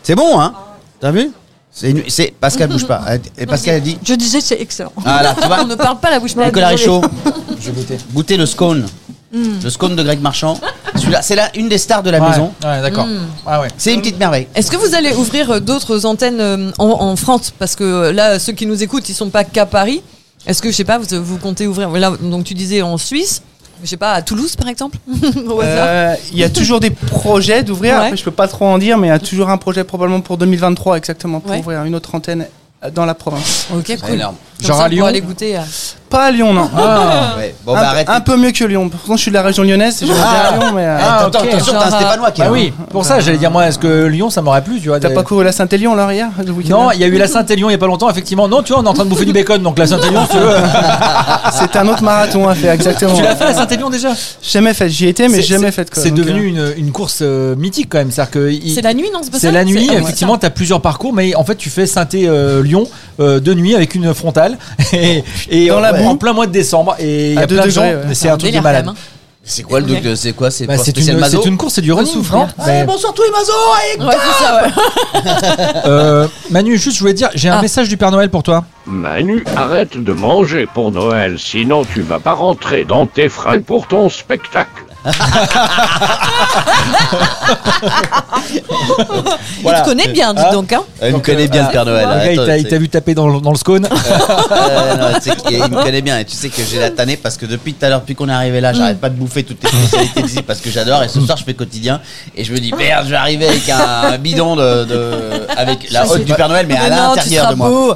C'est bon, hein T'as vu C'est une- c'est- Pascal bouge pas. Et Pascal a dit Je disais c'est excellent. Ah là, tu vois On ne parle pas la bouche malade. Nicolas désolé. Richaud, Mm. je goûter. Goûtez le scone. Le scone de Greg Marchand. Celui-là, c'est là une des stars de la Ouais, maison. ouais, d'accord. Mm. Ah ouais. C'est une petite merveille. Est-ce que vous allez ouvrir euh, d'autres antennes euh, en, en France Parce que euh, là, ceux qui nous écoutent, ils sont pas qu'à Paris. Est-ce que, je sais pas, vous, vous comptez ouvrir là, Donc tu disais en Suisse, je sais pas, à Toulouse par exemple Au hasard. Euh, Il y a toujours des projets d'ouvrir. Ouais. Après, je peux pas trop en dire, mais il y a toujours un projet probablement pour 2023 exactement pour Ouais. ouvrir une autre antenne Ah. euh, dans la province. Ok, cool. énorme. Comme Genre ça, à on pourra Lyon aller goûter euh. à- Ah, Pas à Lyon, non. Ouais. Bon, un, bah arrête. un peu mieux que Lyon. Pourtant, je suis de la région lyonnaise. J'aimerais bien à Lyon, mais euh, Ah, Eh, Attends, ok. attention, t'as un Genre, Stéphanois qui est Bah là. oui, pour ça, j'allais dire, moi, est-ce que Lyon, ça m'aurait plu, tu vois hein. t'as des- pas couru la Saint-Élion là hier le week-end Non, il y a eu la Saint-Élion il y a pas longtemps, effectivement. Non, tu vois, on est en train de bouffer du bacon, donc la Saint-Élion, si tu veux. C'est un autre marathon à faire, exactement. Tu l'as fait la Saint-Élion déjà Jamais fait. J'y étais, mais C'est- j'ai jamais c'est- fait. quoi. C'est Donc, devenu une, une course euh, mythique quand même. C'est-à-dire que il- C'est la nuit, non C'est pas c'est ça la nuit, ah ouais, effectivement, tu as plusieurs parcours, mais en fait, tu fais Saint-Lyon euh, de nuit avec une frontale et, et Dans en, la boue. en plein mois de décembre. Et il y À a deux plein de gens, degrés, ouais. c'est C'est un truc de délire, malade. quand même, hein. C'est quoi le Ok. de- C'est quoi C'est Bah, pas c'est spécial une, Mazo c'est une course, c'est du running. souffrir. non Eh, Mais, Bonsoir tous les Mazo allez, Ouais, c'est ça, ouais. euh, Manu, juste, je voulais dire, j'ai un Ah. message du Père Noël pour toi. Manu, arrête de manger pour Noël, sinon tu vas pas rentrer dans tes frais pour ton spectacle. Il te connaît bien, Ah. dis donc. Hein. Il me connaît bien, le Père Noël. le gars, il Attends, t'a- il t'a vu taper dans, le- dans le scone. Euh, non, tu sais qu'il- il me connaît bien et tu sais que j'ai la tannée parce que depuis tout à l'heure, depuis qu'on est arrivé là, j'arrête pas de bouffer toutes tes spécialités d'ici parce que j'adore et ce soir je fais quotidien et je me dis merde, je vais arriver avec un bidon de, de- avec la haute du Père Noël mais à Mais non, tu l'intérieur seras de moi. beau.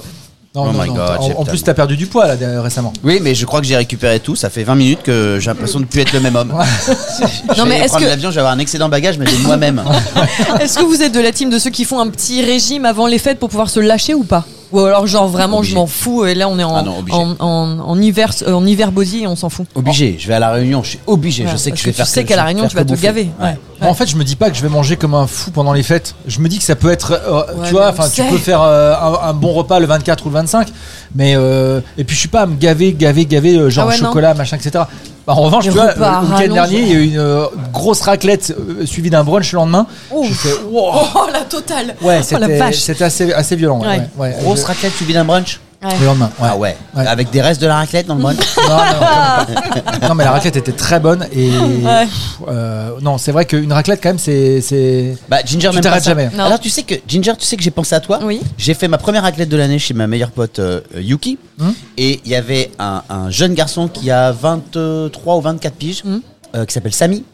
Non, Oh non, my non, God, en- j'ai en, plus, tellement- t'as perdu du poids là de- récemment. Oui, mais je crois que j'ai récupéré tout. Ça fait 20 minutes que j'ai l'impression de plus être le même homme. Non, non, mais mais est-ce prendre que- l'avion, je vais avoir un excédent bagage, mais j'ai de moi-même. Est-ce que vous êtes de la team de ceux qui font un petit régime avant les fêtes pour pouvoir se lâcher ou pas Ou alors genre vraiment Obligé. je m'en fous et là on est en, Ah non, obligé. en, en- en hiver euh, en hiver body et on s'en fout. Obligé, je vais à la réunion, je suis obligé. Ouais, je sais que parce je vais tu faire sais qu'à la réunion faire tu vas que te bouffer. gaver. Ouais. Moi, en fait, je me dis pas que je vais manger comme un fou pendant les fêtes. Je me dis que ça peut être, euh, Ouais, tu vois, mais on enfin, tu sait. peux faire euh, un, un bon repas le 24 ou le 25, mais euh, et puis je suis pas à me gaver, gaver, gaver, euh, genre Ah ouais, non. chocolat, machin, etc. Bah, en revanche, Les tu vois, repas à le week-end rallonge. dernier, il y a eu une euh, grosse raclette euh, suivie d'un brunch le lendemain. Je fais, wow. Oh la totale. Ouais, oh la c'était vache. c'était assez, assez violent. ouais, Ouais. ouais, ouais. Grosse Je- raclette, tu vis d'un brunch Ouais. le lendemain. ouais. Ah ouais. Ouais. Avec des restes de la raclette dans le brunch Non, non, non. Non, mais la raclette était très bonne et Ouais. pff, euh, non, c'est vrai qu'une raclette quand même, c'est c'est- Bah Ginger, même Tu pas t'arrêtes ça. jamais. Non. Alors tu sais que Ginger, tu sais que j'ai pensé à toi. Oui. J'ai fait ma première raclette de l'année chez ma meilleure pote euh, Yuki, Hum. et il y avait un, un jeune garçon qui a 23 ou 24 piges, Hum. euh, qui s'appelle Samy,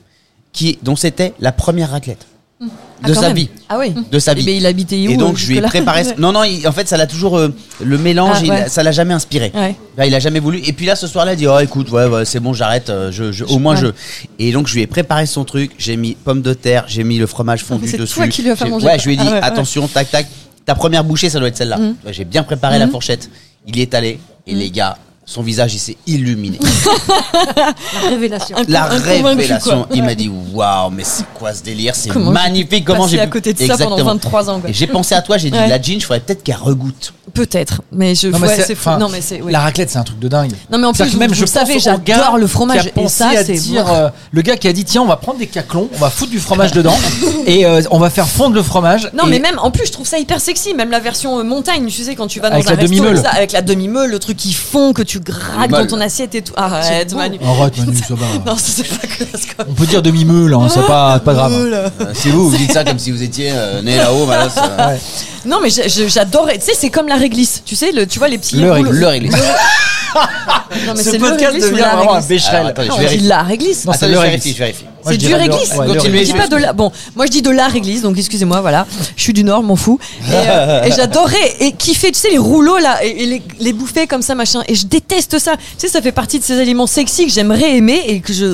qui dont c'était la première raclette de Ah, quand sa même. vie. Ah oui. De sa vie. Eh ben, il habitait où Et donc euh, je lui ai jusque-là préparé. ce- Non non, il- en fait ça l'a toujours euh, le mélange, Ah, il- ouais. ça l'a jamais inspiré. Ouais. Là, il a jamais voulu. Et puis là ce soir-là, il dit oh écoute ouais, ouais, c'est bon j'arrête, euh, je, je- au moins Ouais. je. Et donc je lui ai préparé son truc, j'ai mis pommes de terre, j'ai mis le fromage fondu Mais c'est dessus. toi qui lui as fait J'ai- manger. Ouais, je lui ai dit Ah ouais, Mm. ouais. attention tac tac, ta première bouchée ça doit être celle-là. Ouais, J'ai bien préparé la fourchette. Il y est allé et Mm. les gars. Son visage, il s'est illuminé. La révélation. La Inconvaincu, révélation. Mm. quoi. Il m'a dit Waouh, mais c'est quoi ce délire C'est Comment j'ai magnifique. Comment passé j'ai à pu- côté de ça pendant 23 ans, quoi. Et j'ai pensé à toi. J'ai dit Ouais. La jean, je faudrait peut-être qu'elle regoute. Peut-être, mais je Non, ouais, mais c'est- c'est fou. enfin, Non mais c'est ouais. La raclette, c'est un truc de dingue. Non, mais en C'est-à-dire plus, que vous- vous pense savez, au j'adore gars le fromage, qui a et pensé ça, à c'est dire, moi. euh, le gars qui a dit tiens, on va prendre des caclons, on va foutre du fromage dedans et euh, on va faire fondre le fromage. Non et- mais même en plus je trouve ça hyper sexy même la version euh, montagne tu sais quand tu vas dans Avec un la resto demi-meule. comme ça, avec la demi-meule le truc qui fond que tu grattes dans Meule. ton assiette et tout arrête Manu Arrête, Manu, ça va. Ah. non c'est pas classe quoi On peut dire demi-meule, hein, c'est pas, pas grave. Si vous, vous dites ça comme si vous étiez euh, né là-haut, euh, voilà, ça- Non, mais j'ai- j'ai- j'adore. Tu sais, c'est comme la réglisse. Tu sais, le, tu vois les petits. Le rouleaux- réglisse. Le réglisse. Non, mais Ce c'est le podcast réglisse ou devient la vraiment un réglisse bécherel. Alors, attendez, Non, Ah, je on dit vérifie. la réglisse. Non, c'est Attendez, le je réglisse. vérifie, je vérifie. Moi, C'est je du dirais le- réglisse. ouais, le Je réglisse. dis pas de la. Bon, moi je dis de la réglisse, donc excusez-moi, voilà. Je suis du Nord, m'en fous. Et, euh, et j'adorais et kiffer, tu sais, les rouleaux là, et, et les, les bouffer comme ça, machin. Et je déteste ça. Tu sais, ça fait partie de ces aliments sexy que j'aimerais aimer et que je.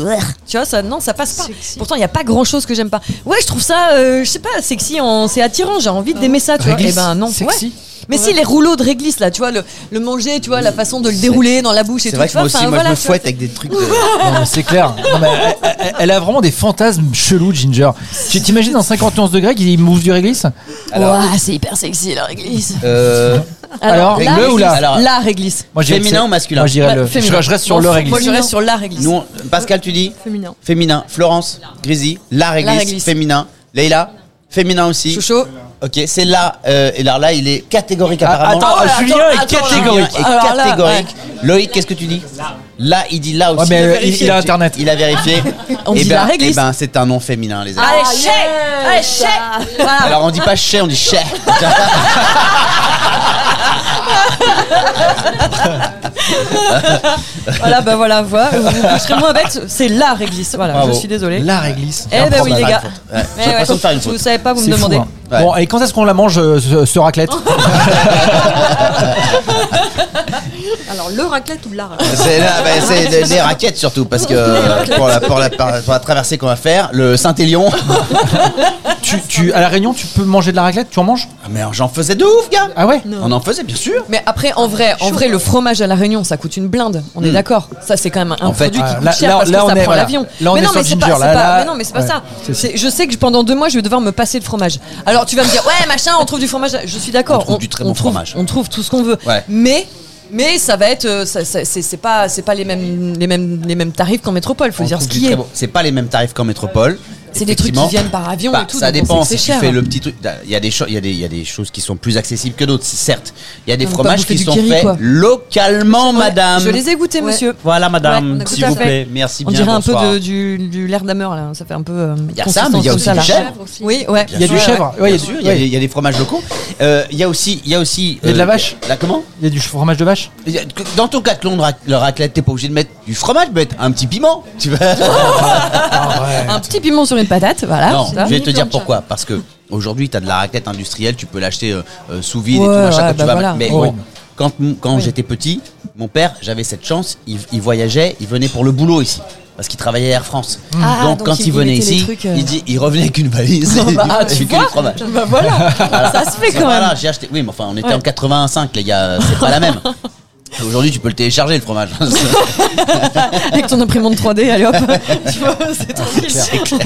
Tu vois, ça, non, ça passe pas. Pourtant, il n'y a pas grand chose que j'aime pas. Ouais, je trouve ça, euh, je sais pas, sexy, en- c'est attirant, j'ai envie d'aimer ça, tu vois. Et Réglisse, ben non, sexy. ouais. Mais si les rouleaux de réglisse là, tu vois le, le manger, tu vois la façon de le dérouler dans la bouche et C'est tout. vrai tu que moi vois, aussi, enfin, moi, je voilà, me tu vois, fouette avec des trucs. Non, mais c'est clair. Non, mais elle, elle- elle a vraiment des fantasmes chelous, Ginger. Tu t'imagines en 51 degrés qu'il m'ouvre du réglisse Ouah, c'est hyper sexy la réglisse. Euh, Alors, la le ou la réglisse, La réglisse. Moi, je dirais Féminin que c'est- ou masculin Moi, je dirais Ouais, le. féminin. Je, je reste sur Bon, le faut- réglisse. Bah, Moi, je reste sur la réglisse. Nous, on- Pascal, tu dis Féminin. Féminin. Florence, Grisi, la réglisse, réglisse. féminin. Leïla, féminin aussi. Chouchou. Ok, c'est là. euh, et alors là, il est catégorique apparemment. attends, Oh là, Julien attends, est attends, catégorique. Julien est Alors là, catégorique. Loïc, qu'est-ce que tu dis Là, il dit là aussi. Ouais, mais, euh, il- vérifié. il a Internet. Il a vérifié. On Eh dit ben- la réglisse. Ah, eh ben, c'est un nom féminin, les amis. Allez, chais Allez, chais Voilà. Alors, on dit pas chais, on dit chais. voilà, bah voilà, voilà. Vous vous coucherez moins avec, c'est la réglisse. Voilà, Bravo. je suis désolée. La réglisse. Eh ben oui, les Faire gars. une faute. Ouais, Mais J'ai ouais, l'impression de faire une si vous faute. savez pas, vous me C'est fou, demandez. hein. Bon, et quand est-ce qu'on la mange, euh, ce, ce raclette Alors, le hein. raclette ou de la raclette C'est là, bah, c'est des, des raquettes surtout, parce que euh, pour la, pour la- pour la traversée qu'on va faire, le Saint-Élion. tu, tu- À la Réunion, tu peux manger de la raclette Tu en manges Ah, mais alors, j'en faisais de ouf, gars Ah ouais On en faisait, bien sûr Mais après, en vrai, en vrai, le fromage à la Réunion, ça coûte une blinde. On est d'accord. Ça, c'est quand même un Hmm. En fait, produit qui ah, coûte là- cher là- parce là, que on ça est- prend voilà. l'avion. Là, on mais est non, sur mais c'est pas, Ginger, c'est pas- là, là- mais non, mais c'est pas Ouais, ça. c'est ça. C'est- Je sais que pendant deux mois, je vais devoir me passer de fromage. Alors, tu vas me dire, ouais, machin, on trouve du fromage. Je suis d'accord. On trouve du très bon fromage. On trouve tout ce qu'on veut. Ouais. Mais mais ça va être, euh, ça- ça- c'est c'est pas, c'est pas les mêmes, les mêmes, les mêmes tarifs qu'en métropole. Faut On dire trouve ce du qui très est. bon. C'est pas les mêmes tarifs qu'en métropole. C'est des trucs Effectivement. qui viennent par avion Bah, et tout. ça donc on dépend sait si que tu c'est cher. fais le petit truc. bah, Il y, a des cho- il y, a des- il y a des choses qui sont plus accessibles que d'autres, c'est certes. Il y a des On peut fromages bouffer qui du sont kiri, faits quoi. localement, Ouais, madame. Je les ai goûtés, Ouais. monsieur. Voilà, Ouais, on madame, a s'il tout à vous fait. plaît. Merci On bien. dirait un peu bonsoir. de- du, du l'air d'ameur là, ça fait un peu. euh, Il y a ça, consistance mais il y a comme aussi du là. chèvre. Oui, ouais. euh, Il y a du Ouais, ouais. chèvre. Ouais, Bien il y a sûr, du- il y, a ouais. des- il y a des fromages locaux. Euh, Il y a aussi, il y a aussi. Il y a de la euh, vache Là, comment Il y a du fromage de vache Il y a- Dans ton cathlon de rac- le raclette, t'es pas obligé de mettre du fromage, mais un petit piment. Tu vas. Un petit piment sur une patate, voilà. non, Ah, c'est ça. je vais te dire pourquoi. Parce que aujourd'hui, t'as de la raclette industrielle, tu peux l'acheter euh, euh, sous vide et Ouais, tout machin. ouais, quand tu bah vas- voilà. Mais Horrible. bon, quand, quand j'étais petit, mon père, j'avais cette chance, il, il voyageait, il venait pour le boulot ici. Parce qu'il travaillait à Air France. Ah, donc, donc quand il- il, il venait mettait les ici, trucs, euh. il, dit, il revenait avec une valise. bah, ah, et tu que du vois fromage. Bah voilà, ça se fait quand Voilà, même. j'ai acheté. Oui, mais enfin, on était Ouais. en 85, les gars, c'est pas la même. Aujourd'hui, tu peux le télécharger, le fromage. Avec ton imprimante 3D, allez hop, tu vois, c'est tranquille.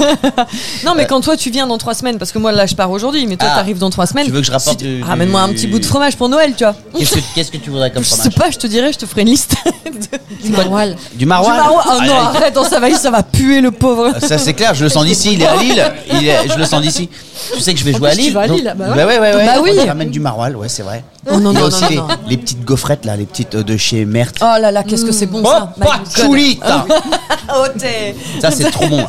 non, mais quand toi tu viens dans trois semaines, parce que moi là je pars aujourd'hui, mais toi Ah. t'arrives dans trois semaines. Tu veux que je rapporte du- Ramène-moi un petit bout de fromage pour Noël, tu vois. Qu'est-ce que, qu'est-ce que tu voudrais comme Je sais fromage pas, je te dirais, je te ferai une liste. de- Du maroilles. Du Du maroilles maroilles. Oh Ah, non, ah, arrête, dans sa valise, ça va puer le pauvre. Ça c'est clair, je le sens d'ici, il est à Lille, il est- je le sens d'ici. Tu sais que je vais jouer à plus, tu Lille. vas à donc- Lille, bah ouais. bah ouais, ouais, ouais. Bah oui. On ramène du maroilles, ouais, c'est vrai. Oh non, il y a non, aussi non, les, non. les petites gaufrettes là, les petites euh, de chez Mert. Oh là là, qu'est-ce que c'est bon ça bah, my God. Paculita Oh, t'es- hein. Ça c'est trop bon. là.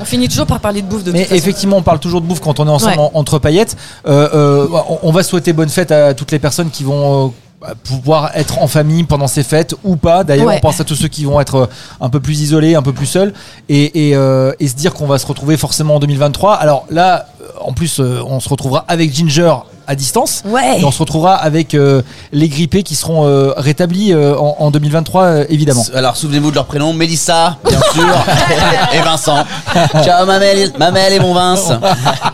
On finit toujours par parler de bouffe de Mais toute façon. effectivement, on parle toujours de bouffe quand on est ensemble Ouais. en- entre paillettes. Euh, euh, on, on va souhaiter bonne fête à toutes les personnes qui vont euh, bah, pouvoir être en famille pendant ces fêtes ou pas. D'ailleurs, Ouais. on pense à tous ceux qui vont être euh, un peu plus isolés, un peu plus seuls, et, et, euh, et se dire qu'on va se retrouver forcément en 2023. Alors là, euh, en plus, euh, on se retrouvera avec Ginger à distance. Ouais. Et on se retrouvera avec euh, les grippés qui seront euh, rétablis euh, en, en 2023, euh, évidemment. Alors souvenez-vous de leur prénom, Mélissa, bien sûr, et Vincent. Ciao ma Mél- ma Mél et mon Vince.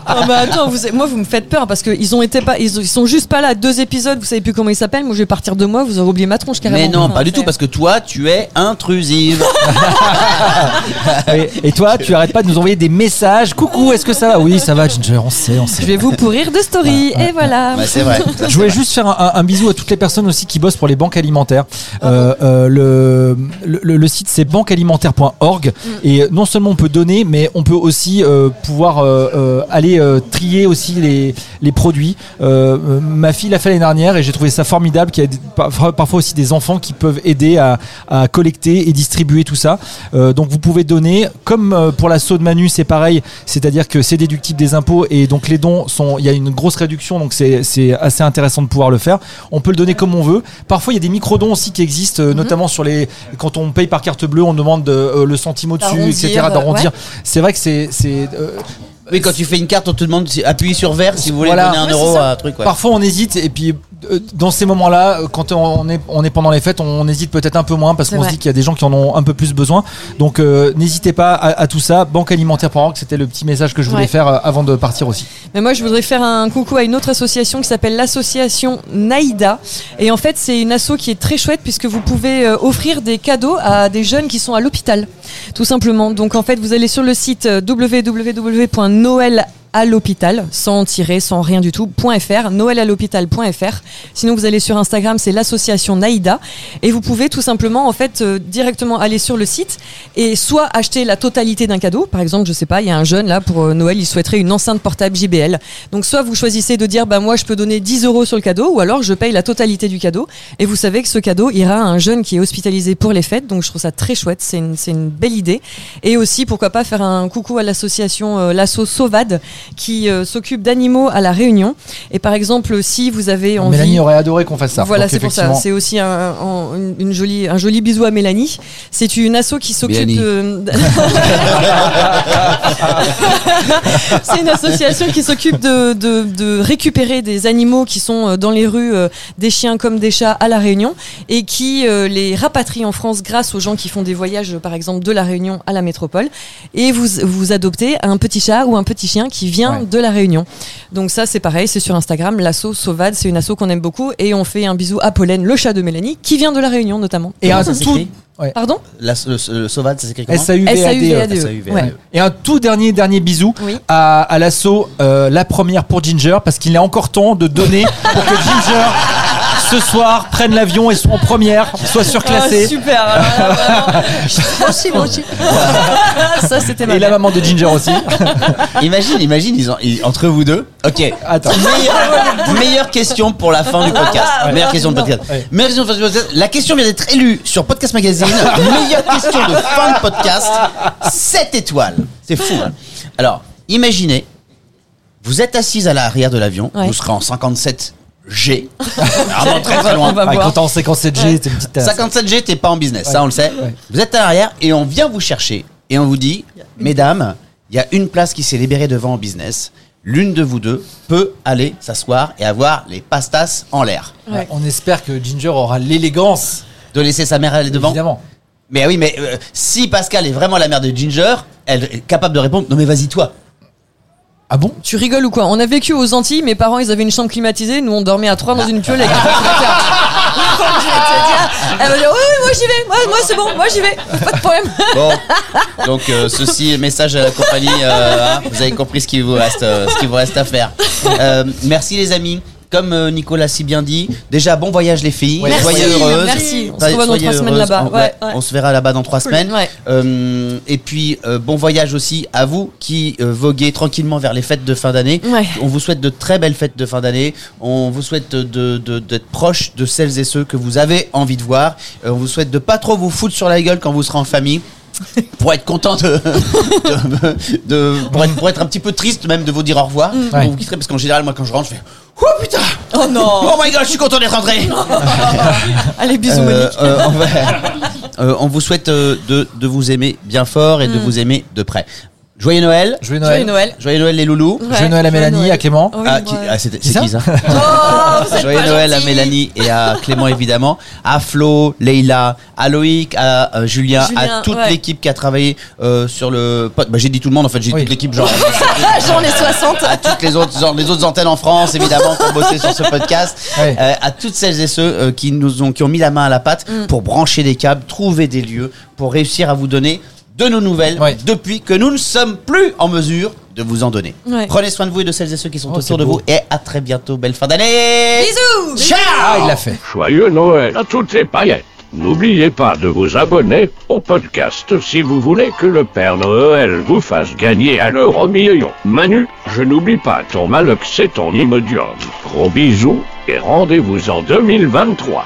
Ah bah attends, vous, moi vous me faites peur parce qu'ils ont été pas, ils, ils sont juste pas là. Deux épisodes, vous savez plus comment ils s'appellent. Moi je vais partir de moi, vous aurez oublié ma tronche carrément. Mais non, pas du tout, parce que toi tu es intrusive. Ah, Et, et toi, tu arrêtes pas de nous envoyer des messages. Coucou, est-ce que ça va Oui, ça va, Ginger, on sait, on sait. Je vais vous pourrir de story et voilà. Ouais, Bah, c'est vrai. ça, Je c'est voulais vrai. juste faire un, un- un bisou à toutes les personnes aussi qui bossent pour les banques alimentaires. Euh, euh, le, le, le site c'est banquealimentaire.org et euh, non seulement on peut donner, mais on peut aussi euh, pouvoir euh, euh, aller euh, trier aussi les, les produits. Euh, euh, ma fille l'a fait l'année dernière et j'ai trouvé ça formidable qu'il y a des- par- parfois aussi des enfants qui peuvent aider à, à collecter et distribuer tout ça. Euh, donc vous pouvez donner, comme euh, pour la saut de Manu c'est pareil, c'est-à-dire que c'est déductible des impôts et donc les dons sont, il y a une grosse réduction donc donc c'est c'est assez intéressant de pouvoir le faire. On peut le donner comme on veut. Parfois, il y a des micro-dons aussi qui existent, Mhm. euh, notamment sur les. Quand on paye par carte bleue, on demande euh, le centime au-dessus, D'arrondir, etc., euh, d'arrondir. ouais. C'est vrai que c'est. c'est, euh, Oui, quand tu fais une carte, on te demande si- appuyer sur vert si vous voulez voilà. donner un euro à un truc. ouais. Parfois on hésite et puis euh, dans ces moments-là, euh, quand on est, on est pendant les fêtes, on hésite peut-être un peu moins parce C'est qu'on se vrai. dit qu'il y a des gens qui en ont un peu plus besoin. Donc euh, n'hésitez pas à, à tout ça. Banque alimentaire pour c'était le petit message que je voulais Ouais. faire euh, avant de partir aussi. Mais moi, je voudrais faire un coucou à une autre association qui s'appelle l'association Naïda. Et en fait, c'est une asso qui est très chouette puisque vous pouvez euh, offrir des cadeaux à des jeunes qui sont à l'hôpital, tout simplement. Donc, en fait, vous allez sur le site euh, www.noel à l'hôpital, sans tirer, sans rien du tout, .fr, noelalhôpital.fr. Sinon, vous allez sur Instagram, c'est l'association Naïda. Et vous pouvez tout simplement, en fait, euh, directement aller sur le site et soit acheter la totalité d'un cadeau. Par exemple, je sais pas, il y a un jeune là, pour euh, Noël, il souhaiterait une enceinte portable JBL. Donc, soit vous choisissez de dire, bah, moi, je peux donner 10 euros sur le cadeau, ou alors je paye la totalité du cadeau. Et vous savez que ce cadeau ira à un jeune qui est hospitalisé pour les fêtes. Donc, je trouve ça très chouette. C'est une, c'est une belle idée. Et aussi, pourquoi pas faire un coucou à l'association euh, L'Asso Sauvade qui euh, s'occupe d'animaux à La Réunion. Et par exemple, si vous avez envie. Ah, Mélanie aurait adoré qu'on fasse ça. Voilà, Donc, c'est pour ça. effectivement- C'est aussi un, un- une- une jolie, un joli bisou à Mélanie. C'est une asso qui s'occupe Mélanie. de. c'est une association qui s'occupe de, de- de récupérer des animaux qui sont euh, dans les rues, euh, des chiens comme des chats à La Réunion, et qui euh, les rapatrie en France grâce aux gens qui font des voyages, par exemple, de La Réunion à la métropole. Et vous, vous adoptez un petit chat ou un petit chien qui vient de La Réunion. Donc ça, c'est pareil, c'est sur Instagram, l'asso Sauvade, c'est une asso qu'on aime beaucoup, et on fait un bisou à Pollen, le chat de Mélanie, qui vient de La Réunion notamment. Et un Comment ça tout- s'écrit Ouais. Pardon La- le, le sauvade, Eh, ça s'écrit comment S-A-U-V-A-D-E. S-A-U-V-A-D-E. E. Ouais. E. Et un tout dernier, dernier bisou à, à l'assaut, euh, la première pour Ginger, parce qu'il est encore temps de donner pour que Ginger, ce soir, prenne l'avion et soit en première, soit surclassée. Ah, super, alors là, vraiment. Merci, merci. Ça, c'était ma Et la mère. maman de Ginger aussi. imagine, imagine, ils ont- ils- entre vous deux. Ok. Attends. Meilleure, meilleure question pour la fin du podcast. Ouais. Meilleure question de podcast. Ouais. Meilleure question de fin du podcast. La question vient d'être élue sur Podcast Magazine. meilleure question de fin de podcast. 7 étoiles. C'est fou. hein. Alors, imaginez, vous êtes assise à l'arrière de l'avion. Ouais. Vous serez en 57. G. Vraiment très très loin. On va Ouais, voir. Ah, quand t'es en 57G, t'es une petite- 57G, t'es pas en business, ça on le sait. Vous êtes à l'arrière et on vient vous chercher et on vous dit, mesdames, il y a une place qui s'est libérée devant en business. L'une de vous deux peut aller s'asseoir et avoir les pastas en l'air. Ouais, On espère que Ginger aura l'élégance de laisser sa mère aller devant. Évidemment. Mais oui, mais euh, si Pascal est vraiment la mère de Ginger, elle est capable de répondre, non mais vas-y toi. Ah bon Tu rigoles ou quoi On a vécu aux Antilles, mes parents ils avaient une chambre climatisée, nous on dormait à trois dans une piole avec un ventilateur. Elle va dire oui, oui, moi j'y vais, moi, moi, c'est bon, moi j'y vais, pas de problème. Bon, donc euh, ceci est message à la compagnie. euh, hein, vous avez compris ce qu'il vous reste, euh, ce qu'il vous reste à faire. Euh, merci les amis. Comme euh, Nicolas si bien dit, déjà bon voyage les filles, Merci, soyez heureuses. merci. On se Soyez- revoit dans soyez trois semaines heureuses. là-bas, On, ouais, ouais. on se verra là-bas dans trois Cool, semaines. ouais. Euh, et puis euh, bon voyage aussi à vous qui euh, voguez tranquillement vers les fêtes de fin d'année. On vous souhaite de très belles fêtes de fin d'année. On vous souhaite de- de- d'être proche de celles et ceux que vous avez envie de voir. Euh, on vous souhaite de pas trop vous foutre sur la gueule quand vous serez en famille. pour être content de, de- de- pour, être, pour être un petit peu triste même de vous dire au revoir Quand Mm. Ouais. vous quitterez parce qu'en général moi quand je rentre je fais Oh non oh my god je suis content d'être rentré Allez, bisous, Euh, Monique. euh, on, va- euh, on vous souhaite euh, de, de vous aimer bien fort et de Mm. vous aimer de près. Joyeux Noël. Joyeux Noël. Joyeux Noël. Joyeux Noël les loulous. Ouais, euh, Joyeux Noël à joyeux Mélanie, Noël. à Clément. Oui, Ah, qui- ouais. ah, c'est c'est C'est ça qui ça Joyeux Noël à Mélanie et à Clément évidemment, à Flo, Leïla, à Loïc, à euh, Julien, Julien, à toute ouais. l'équipe qui a travaillé euh, sur le pod- bah, j'ai dit tout le monde en fait, j'ai dit toute l'équipe genre J'en ai 60. à toutes les autres, genre, les autres antennes en France, évidemment, pour bosser sur ce podcast. Ouais. Euh, à toutes celles et ceux euh, qui nous ont, qui ont mis la main à la pâte Mm. pour brancher des câbles, trouver des lieux, pour réussir à vous donner de nos nouvelles depuis que nous ne sommes plus en mesure de vous en donner. Ouais. Prenez soin de vous et de celles et ceux qui sont autour Oh, c'est de beau. vous et à très bientôt. Belle fin d'année. Bisous Ciao Ah, Joyeux Noël à toutes les paillettes. N'oubliez pas de vous abonner au podcast si vous voulez que le Père Noël vous fasse gagner un euro million. Manu, je n'oublie pas ton maloc, c'est ton imodium. Gros bisous et rendez-vous en 2023.